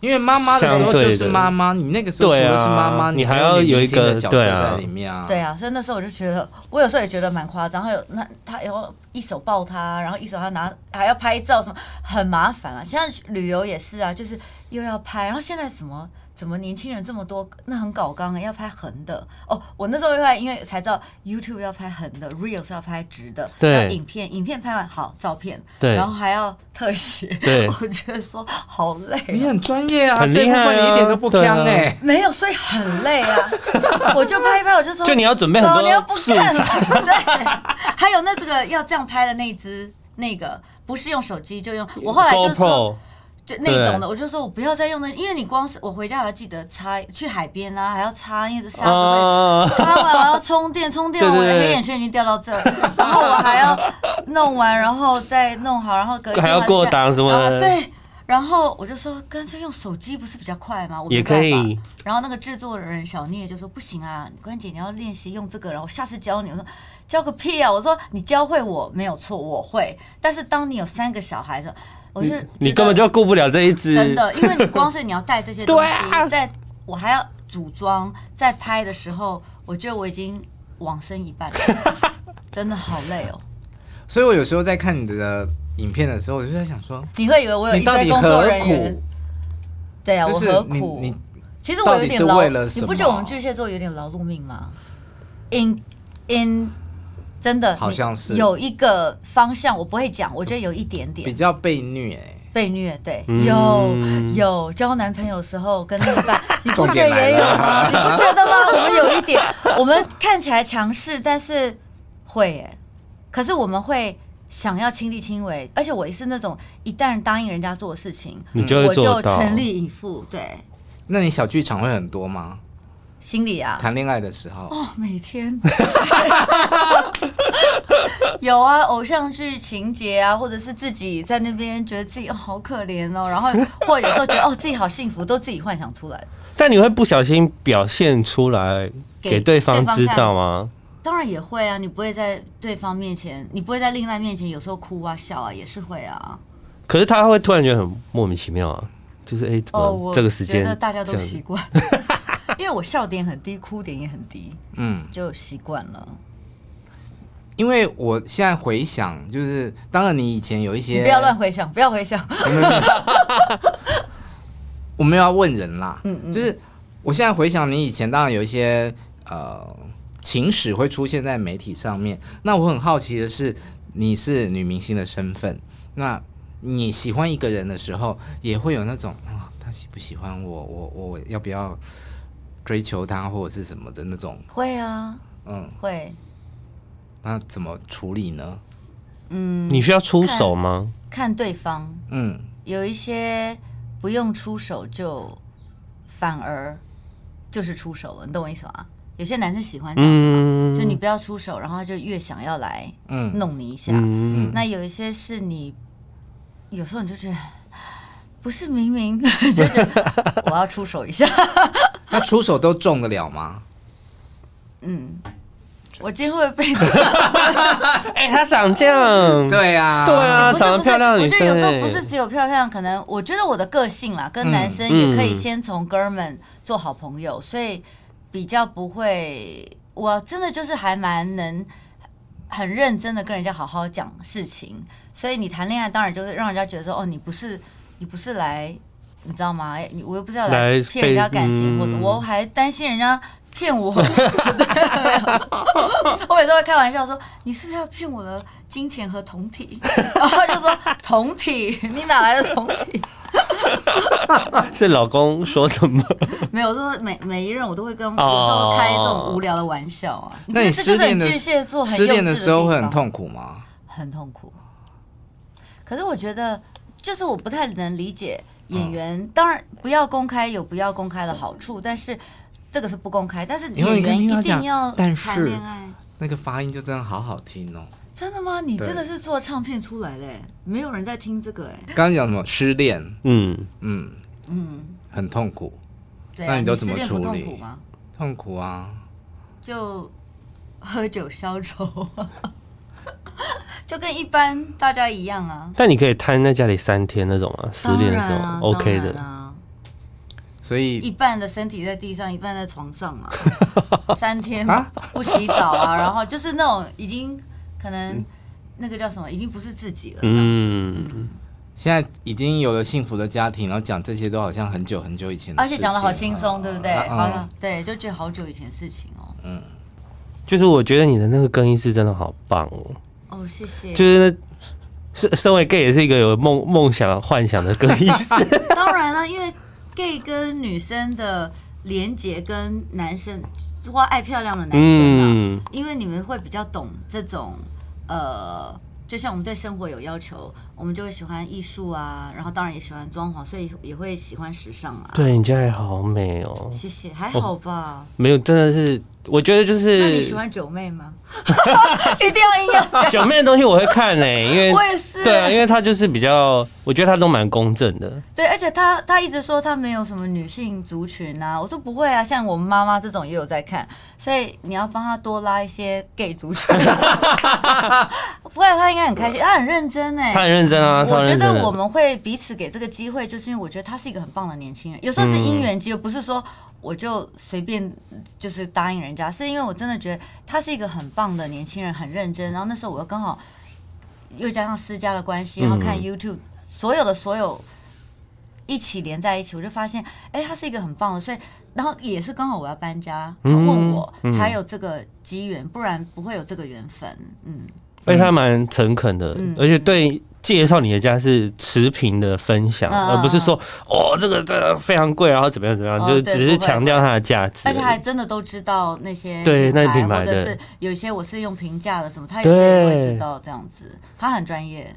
[SPEAKER 1] 因为妈妈的时候就是妈妈，你那个时候除
[SPEAKER 4] 对啊
[SPEAKER 1] 了是妈妈，
[SPEAKER 4] 你还
[SPEAKER 1] 还
[SPEAKER 4] 要有
[SPEAKER 1] 有
[SPEAKER 4] 一个
[SPEAKER 1] 角色
[SPEAKER 4] 对啊
[SPEAKER 1] 在里面啊。
[SPEAKER 2] 对啊，所以那时候我就觉得，我有时候也觉得蛮夸张。还有那他要一手抱他，然后一手还要拿，还要拍照什么，很麻烦啊。现在旅游也是啊，就是又要拍，然后现在怎么怎么年轻人这么多，那很搞刚啊，要拍横的哦。我那时候会拍，因为才知道 YouTube 要拍横的，Reels 要拍直的，
[SPEAKER 4] 对
[SPEAKER 2] 还有影片影片拍完好照片，
[SPEAKER 4] 对
[SPEAKER 2] 然后还要特写，
[SPEAKER 4] 对
[SPEAKER 2] 我觉得说好累哦、
[SPEAKER 1] 你很专业啊，
[SPEAKER 4] 很
[SPEAKER 1] 这
[SPEAKER 4] 厉
[SPEAKER 1] 部
[SPEAKER 4] 害啊
[SPEAKER 1] 分你一点都不
[SPEAKER 4] 对啊
[SPEAKER 1] 坑哎、
[SPEAKER 2] 没有，所以很累啊。 我就拍一拍，我就说，
[SPEAKER 4] 就你要准备很多
[SPEAKER 2] 老娘不
[SPEAKER 4] 素
[SPEAKER 2] 干了。 对，还有那这个要这样拍的那一只，那个不是用手机就用，我后来就说。
[SPEAKER 4] GoPro，
[SPEAKER 2] 就那种
[SPEAKER 4] 对
[SPEAKER 2] 的，我就说我不要再用那，因为你光是我回家还要记得擦，去海边啊，还要擦，因为沙子会
[SPEAKER 4] 啊，
[SPEAKER 2] 擦完我要充电，充电完我的
[SPEAKER 4] 对对对
[SPEAKER 2] 黑眼圈已经掉到这儿，然后我还要弄完，然后再弄好，然后隔一天
[SPEAKER 4] 还要过档什么的
[SPEAKER 2] 然后对，然后我就说，干脆用手机不是比较快吗？我没
[SPEAKER 4] 也可
[SPEAKER 2] 办法
[SPEAKER 4] 以。
[SPEAKER 2] 然后那个制作人小聂就说：“不行啊，关姐你要练习用这个，然后我下次教你。”我说：“教个屁啊！”我说：“你教会我没有错，我会。但是当你有三个小孩的，我就
[SPEAKER 4] 你
[SPEAKER 2] 觉得
[SPEAKER 4] 根本就顾不了这一只，
[SPEAKER 2] 真的，因为你光是你要带 这些东西
[SPEAKER 4] 对，啊
[SPEAKER 2] 在我还要组装，在拍的时候，我觉得我已经往生一半了， 真的好累哦。
[SPEAKER 1] 所以我有时候在看你的影片的时候，我就在想说，
[SPEAKER 2] 你会以为我有
[SPEAKER 1] 你
[SPEAKER 2] 一
[SPEAKER 1] 到
[SPEAKER 2] 堆
[SPEAKER 1] 底
[SPEAKER 2] 呃工作
[SPEAKER 1] 何
[SPEAKER 2] 人员
[SPEAKER 1] 苦？？
[SPEAKER 2] 对啊，
[SPEAKER 1] 就
[SPEAKER 2] 我
[SPEAKER 1] 是
[SPEAKER 2] 何
[SPEAKER 1] 你
[SPEAKER 2] 苦？
[SPEAKER 1] 你
[SPEAKER 2] 其实我有点
[SPEAKER 1] 到底是
[SPEAKER 2] 劳，
[SPEAKER 1] 为了什
[SPEAKER 2] 你
[SPEAKER 1] 么
[SPEAKER 2] 不觉得我们巨蟹座有点劳碌命吗？In in，真的
[SPEAKER 1] 好像是
[SPEAKER 2] 你有一个方向，我不会讲，我觉得有一点
[SPEAKER 1] 比
[SPEAKER 2] 点
[SPEAKER 1] 较被虐、哎
[SPEAKER 2] 被虐，对，
[SPEAKER 4] 嗯
[SPEAKER 2] 有有交男朋友的时候跟另一 半，你不
[SPEAKER 1] 重
[SPEAKER 2] 觉得
[SPEAKER 1] 点来
[SPEAKER 2] 也有
[SPEAKER 1] 了
[SPEAKER 2] 吗？你不觉得吗？ 我们有一点，我们看起来强势，但是会耶、可是我们会。想要亲力亲为，而且我也是那种一旦答应人家做的事情，
[SPEAKER 4] 你就会
[SPEAKER 2] 我
[SPEAKER 4] 做
[SPEAKER 2] 就
[SPEAKER 4] 到。
[SPEAKER 2] 全力以赴。对，
[SPEAKER 1] 那你小剧场会很多吗？
[SPEAKER 2] 心里啊，
[SPEAKER 1] 谈恋爱的时候，
[SPEAKER 2] 哦，每天 有啊，偶像剧情节啊，或者是自己在那边觉得自己、哦、好可怜哦，然后或者有时候觉得哦自己好幸福，都自己幻想出来的。
[SPEAKER 4] 但你会不小心表现出来
[SPEAKER 2] 给
[SPEAKER 4] 给对方知道吗？
[SPEAKER 2] 当然也会啊，你不会在对方面前，你不会在另外面前有时候哭啊笑啊，也是会啊。
[SPEAKER 4] 可是他会突然觉得很莫名其妙啊，就是哎、诶怎
[SPEAKER 2] 哦，
[SPEAKER 4] 么
[SPEAKER 2] 我
[SPEAKER 4] 这个时间
[SPEAKER 2] 觉得大家
[SPEAKER 4] 这
[SPEAKER 2] 都
[SPEAKER 4] 样子
[SPEAKER 2] 习惯， 因为我笑点很低，哭点也很低，
[SPEAKER 1] 嗯，
[SPEAKER 2] 就习惯了。
[SPEAKER 1] 因为我现在回想，就是当然你以前有一些，
[SPEAKER 2] 你不要乱回想，不要回想。
[SPEAKER 1] 我没有要问人啦，
[SPEAKER 2] 嗯
[SPEAKER 1] 就是我现在回想你以前，当然有一些呃情史会出现在媒体上面。那我很好奇的是，你是女明星的身份，那你喜欢一个人的时候，也会有那种啊、他喜不喜欢我，我我我要不要追求他或者是什么的那种，
[SPEAKER 2] 会啊，
[SPEAKER 1] 嗯，
[SPEAKER 2] 会。
[SPEAKER 1] 那怎么处理呢？
[SPEAKER 2] 嗯
[SPEAKER 4] 你需要出手吗？
[SPEAKER 2] 看对方，
[SPEAKER 1] 嗯，
[SPEAKER 2] 有一些不用出手就反而就是出手了，你懂我意思吗？有些男生喜欢这样子，
[SPEAKER 4] 嗯，
[SPEAKER 2] 就你不要出手，然后他就越想要来
[SPEAKER 1] 嗯
[SPEAKER 2] 弄你一下。
[SPEAKER 4] 嗯，
[SPEAKER 2] 那有一些是你有时候你就觉得不是明明 就觉 得我要出手一下。
[SPEAKER 1] 那出手都中得了吗？
[SPEAKER 2] 我今天会 不会被
[SPEAKER 4] 哎、他长这样，
[SPEAKER 1] 对啊，
[SPEAKER 4] 对啊，
[SPEAKER 2] 不是
[SPEAKER 4] 长得
[SPEAKER 2] 不是，
[SPEAKER 4] 漂亮的
[SPEAKER 2] 我
[SPEAKER 4] 女
[SPEAKER 2] 觉得有
[SPEAKER 4] 生、
[SPEAKER 2] 时候
[SPEAKER 4] 哎
[SPEAKER 2] 不是只有漂亮，可能我觉得我的个性啦，跟男生
[SPEAKER 4] 嗯
[SPEAKER 2] 也可以先从哥们做好朋友，所以比较不会，我真的就是还蛮能很认真的跟人家好好讲事情，所以你谈恋爱当然就会让人家觉得说，哦，你不是你不是来，你知道吗？哎你我又不是要来
[SPEAKER 4] 来
[SPEAKER 2] 骗人家
[SPEAKER 4] 被
[SPEAKER 2] 感情，
[SPEAKER 4] 嗯
[SPEAKER 2] 或者我还担心人家。骗我， 我每次都会开玩笑说：“你是不是要骗我的金钱和铜体？” 然后他就说：“铜体，你哪来的铜体
[SPEAKER 4] 是老公说什么？？”
[SPEAKER 2] 没有，我说每每一任我都会跟有时
[SPEAKER 4] 哦
[SPEAKER 2] 候开这种无聊的玩笑啊。
[SPEAKER 1] 哦那你
[SPEAKER 2] 这就
[SPEAKER 1] 失
[SPEAKER 2] 是很
[SPEAKER 1] 恋的
[SPEAKER 2] 巨蟹座很
[SPEAKER 1] 失恋
[SPEAKER 2] 幼稚
[SPEAKER 1] 的
[SPEAKER 2] 的
[SPEAKER 1] 时候会
[SPEAKER 2] 地
[SPEAKER 1] 很
[SPEAKER 2] 方，
[SPEAKER 1] 痛苦吗？
[SPEAKER 2] 很痛苦。可是我觉得，就是我不太能理解演员，当然不要公开有不要公开的好处，但是这个是不公开，但是
[SPEAKER 1] 嗯因为你
[SPEAKER 2] 演
[SPEAKER 1] 跟听
[SPEAKER 2] 员一
[SPEAKER 1] 他
[SPEAKER 2] 定
[SPEAKER 1] 讲
[SPEAKER 2] 要
[SPEAKER 1] 但
[SPEAKER 2] 谈
[SPEAKER 1] 是
[SPEAKER 2] 恋爱。
[SPEAKER 1] 那个发音就真的好好听哦。
[SPEAKER 2] 真的吗？你
[SPEAKER 1] 对
[SPEAKER 2] 真的是做唱片出来的、欸，没有人在听这个哎、欸。
[SPEAKER 1] 刚刚讲什么失恋，
[SPEAKER 4] 嗯，
[SPEAKER 1] 嗯，
[SPEAKER 2] 嗯，
[SPEAKER 1] 很痛苦，
[SPEAKER 2] 对、
[SPEAKER 1] 那
[SPEAKER 2] 啊。
[SPEAKER 1] 你都怎么
[SPEAKER 2] 失
[SPEAKER 1] 处
[SPEAKER 2] 恋不痛
[SPEAKER 1] 理
[SPEAKER 2] 苦吗？
[SPEAKER 1] 痛苦啊！
[SPEAKER 2] 就喝酒消愁， 就跟一般大家一样啊。
[SPEAKER 4] 但你可以瘫在家里三天那种啊，失恋的时
[SPEAKER 2] 当
[SPEAKER 4] 候、
[SPEAKER 2] 然啊
[SPEAKER 4] OK
[SPEAKER 2] 当然
[SPEAKER 4] 的，
[SPEAKER 2] 啊，
[SPEAKER 1] 所
[SPEAKER 2] 一
[SPEAKER 1] 以
[SPEAKER 2] 半的身体在地上，一半在床上嘛，三天
[SPEAKER 1] 啊
[SPEAKER 2] 不洗澡啊，然后就是那种已经可能那个叫什么，已经不是自己了。
[SPEAKER 4] 嗯，
[SPEAKER 1] 现在已经有了幸福的家庭，然后讲这些都好像很久很久以前的
[SPEAKER 2] 而
[SPEAKER 1] 事情
[SPEAKER 2] 且
[SPEAKER 1] 了，
[SPEAKER 2] 讲的好轻松，对不对？
[SPEAKER 1] 啊
[SPEAKER 2] 好像对，就觉得好久以前的事情哦。
[SPEAKER 4] 就是我觉得你的那个更衣室真的好棒哦。
[SPEAKER 2] 哦，谢谢。
[SPEAKER 4] 就是 身身为 gay 也是一个有梦梦想幻想的更衣 室，
[SPEAKER 2] 当然了，因为 gay 跟女生的连结跟男生，或爱漂亮的男生啊，
[SPEAKER 4] 嗯，
[SPEAKER 2] 因为你们会比较懂这种呃，就像我们对生活有要求，我们就会喜欢艺术啊，然后当然也喜欢装潢，所以也会喜欢时尚啊。
[SPEAKER 4] 对你家也好美哦，
[SPEAKER 2] 谢谢，还好吧？
[SPEAKER 4] 没有，真的是，我觉得就
[SPEAKER 2] 那你喜
[SPEAKER 4] 是
[SPEAKER 2] 欢九妹吗？ 一定要硬要讲，
[SPEAKER 4] 九妹的东西我会看呢、因 为
[SPEAKER 2] 我也是。
[SPEAKER 4] 对啊，因为她就是比较，我觉得她都蛮公正的。
[SPEAKER 2] 对，而且他他一直说他没有什么女性族群啊，我说不会啊，像我们妈妈这种也有在看，所以你要帮他多拉一些 gay 族 群。不会啊，他应该很开心，他很认真哎、
[SPEAKER 4] 她很认真啊，她
[SPEAKER 2] 我
[SPEAKER 4] 很
[SPEAKER 2] 觉
[SPEAKER 4] 认真
[SPEAKER 2] 得
[SPEAKER 4] 的
[SPEAKER 2] 我们会彼此给这个机会，就是因为我觉得他是一个很棒的年轻人。有时候是因缘机会，不是说我就随便就是答应人家，是因为我真的觉得他是一个很棒的年轻人，很认真。然后那时候我又刚好又加上私家的关系，然后看
[SPEAKER 4] 嗯
[SPEAKER 2] YouTube，、所有的所有一起连在一起，我就发现，哎、他是一个很棒的，所以。然后也是刚好我要搬家，他问我
[SPEAKER 4] 嗯
[SPEAKER 2] 才有这个机缘，不然不会有这个缘分。嗯，
[SPEAKER 4] 而且她蛮诚恳的，
[SPEAKER 2] 嗯
[SPEAKER 4] 而且对介绍你的家是持平的分享，
[SPEAKER 2] 嗯
[SPEAKER 4] 而不是说哦这个这个非常贵，然后怎么样怎么样，
[SPEAKER 2] 哦
[SPEAKER 4] 就是
[SPEAKER 2] 对
[SPEAKER 4] 只
[SPEAKER 2] 不
[SPEAKER 4] 是
[SPEAKER 2] 会
[SPEAKER 4] 强调它的价值
[SPEAKER 2] 而且还
[SPEAKER 4] 已。
[SPEAKER 2] 真的都知道那些
[SPEAKER 4] 对那
[SPEAKER 2] 品
[SPEAKER 4] 品牌
[SPEAKER 2] 或者
[SPEAKER 4] 的
[SPEAKER 2] 是有些我是用平价的什么，他有些也会知道这样子，他很专业，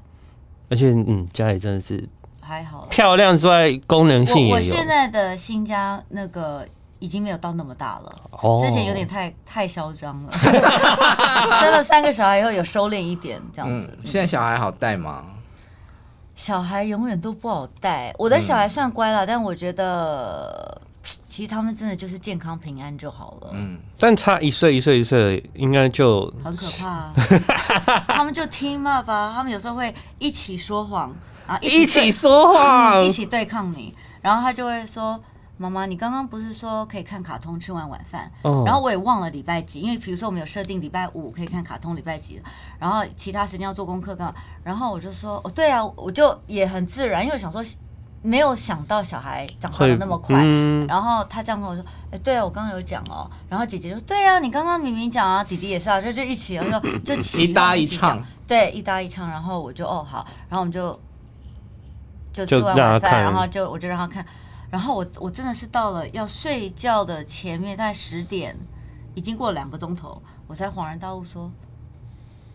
[SPEAKER 4] 而且嗯，家里真的是
[SPEAKER 2] 还好。
[SPEAKER 4] 漂亮之外，功能性
[SPEAKER 2] 我我
[SPEAKER 4] 也有
[SPEAKER 2] 现。在的新家那个已经没有到那么大了，
[SPEAKER 4] 哦
[SPEAKER 2] 之前有点太太嚣张了， 生了三个小孩以后有收敛一点这样
[SPEAKER 1] 嗯
[SPEAKER 2] 子，。
[SPEAKER 1] 现在小孩好带吗？
[SPEAKER 2] 小孩永远都不好带。我的小
[SPEAKER 4] 嗯
[SPEAKER 2] 孩算乖了，但我觉得其实他们真的就是健康平安就好了，
[SPEAKER 1] 嗯，
[SPEAKER 4] 但差一岁一岁一岁，应该就
[SPEAKER 2] 很可怕、啊。他们就 team up 啊，他们有时候会一起说谎啊，一起对
[SPEAKER 4] 说
[SPEAKER 2] 嗯一起对抗你，然后他就会说。妈妈，你刚刚不是说可以看卡通吃完晚饭？
[SPEAKER 4] 哦
[SPEAKER 2] 然后我也忘了礼拜几，因为比如说我们有设定礼拜五可以看卡通，礼拜几，然后其他时间要做功课干嘛？然后我就说，哦，对啊，我就也很自然，因为我想说没有想到小孩长大的那么快，
[SPEAKER 4] 嗯，
[SPEAKER 2] 然后他这样跟我说：“哎、对啊，我刚刚有讲哦。”然后姐姐就说：“对啊，你刚刚明明讲啊，弟弟也是啊，就就一起，然后就起
[SPEAKER 1] 一搭
[SPEAKER 2] 哄
[SPEAKER 1] 一
[SPEAKER 2] 起讲
[SPEAKER 1] 唱，
[SPEAKER 2] 对，一搭一唱。”然后我就哦好，然后我们就就吃
[SPEAKER 4] 就
[SPEAKER 2] 完
[SPEAKER 4] 让
[SPEAKER 2] 晚
[SPEAKER 4] 他
[SPEAKER 2] 饭，
[SPEAKER 4] 看
[SPEAKER 2] 然后就我就让他看，然后我我真的是到了要睡觉的前面，大概十点，已经过了两个钟头，我才恍然大悟说。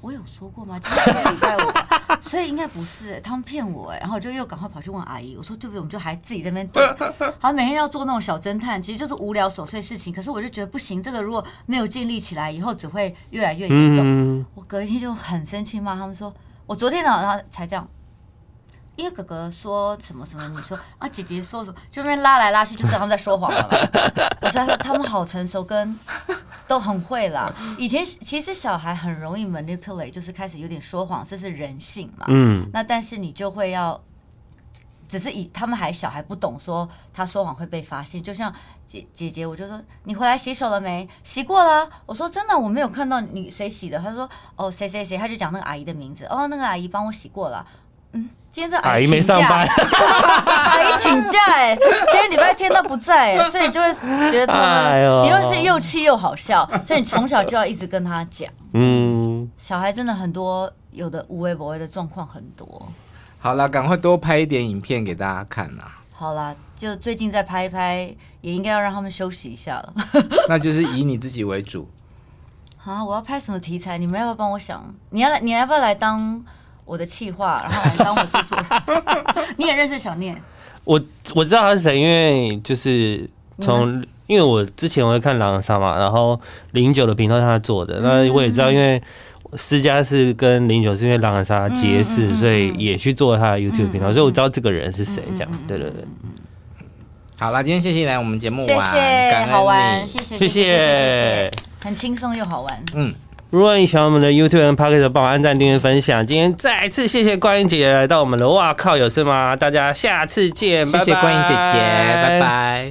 [SPEAKER 2] 我有说过吗？今天不是礼拜五吧， 所以应该不是、他们骗我、哎，然后我就又赶快跑去问阿姨，我说对不对？我们就还自己在那边对，好像每天要做那种小侦探，其实就是无聊琐碎事情。可是我就觉得不行，这个如果没有建立起来，以后只会越来越严重。
[SPEAKER 4] 嗯，
[SPEAKER 2] 我隔一天就很生气骂他们说，我昨天晚上才这样。因为哥哥说什么什么，你说 啊，姐姐说什么，就那边拉来拉去，就知道他们在说谎了嘛。我觉得他们好成熟，跟都很会啦。以前其实小孩很容易 manipulate，就是开始有点说谎，这是人性嘛。
[SPEAKER 4] 嗯，
[SPEAKER 2] 那但是你就会要，只是以他们还小，还不懂说他说谎会被发现。就像姐姐姐，我就说你回来洗手了没？洗过啦。我说真的，我没有看到你谁洗的。她说哦谁谁谁，她就讲那个阿姨的名字。哦那个阿姨帮我洗过了。嗯，今天这
[SPEAKER 4] 阿姨没
[SPEAKER 2] 请假
[SPEAKER 4] 上班，
[SPEAKER 2] 阿姨请假哎、今天礼拜天她不在哎、 所以你就会觉得他
[SPEAKER 4] 哎
[SPEAKER 2] 们，
[SPEAKER 4] 呦
[SPEAKER 2] 你又是又气又好笑，所以你从小就要一直跟他讲。
[SPEAKER 4] 嗯，
[SPEAKER 2] 小孩真的很多，有的无微不微的状况很多。
[SPEAKER 1] 好了，赶快多拍一点影片给大家看啦。
[SPEAKER 2] 好啦，就最近再拍一拍，也应该要让他们休息一下了。
[SPEAKER 1] 那就是以你自己为主。
[SPEAKER 2] 啊，我要拍什么题材？你们要不要帮我想？你要来，你要不要来当我的企划，然后来当我制作？ 你也认识小念，
[SPEAKER 4] 我我知道他是谁，因为就是
[SPEAKER 2] 嗯
[SPEAKER 4] 从因为我之前我会看狼人杀嘛，然后零九的频道是他做
[SPEAKER 2] 嗯
[SPEAKER 4] 的，那我也知道，因为私家是跟零九是因为狼人杀结识，
[SPEAKER 2] 嗯嗯嗯嗯
[SPEAKER 4] 所以也去做他的 YouTube 频道，
[SPEAKER 2] 嗯嗯嗯
[SPEAKER 4] 所以我知道这个人是谁，这样，对对对，
[SPEAKER 1] 好啦，今天谢谢你来我们节目玩，
[SPEAKER 2] 谢谢
[SPEAKER 1] 感，恩
[SPEAKER 2] 好玩，
[SPEAKER 1] 你
[SPEAKER 2] 谢谢，谢谢，
[SPEAKER 4] 谢
[SPEAKER 2] 谢
[SPEAKER 4] 谢
[SPEAKER 2] 谢。，很轻松又好玩。
[SPEAKER 1] 嗯，
[SPEAKER 4] 如果你喜欢我们的 YouTube 跟 Podcast，帮我按赞、订阅、分享。今天再次谢谢观音姐姐来到我们的，哇靠，有事吗？大家下次见，
[SPEAKER 1] 谢谢
[SPEAKER 4] 拜拜
[SPEAKER 1] 观音姐姐，拜拜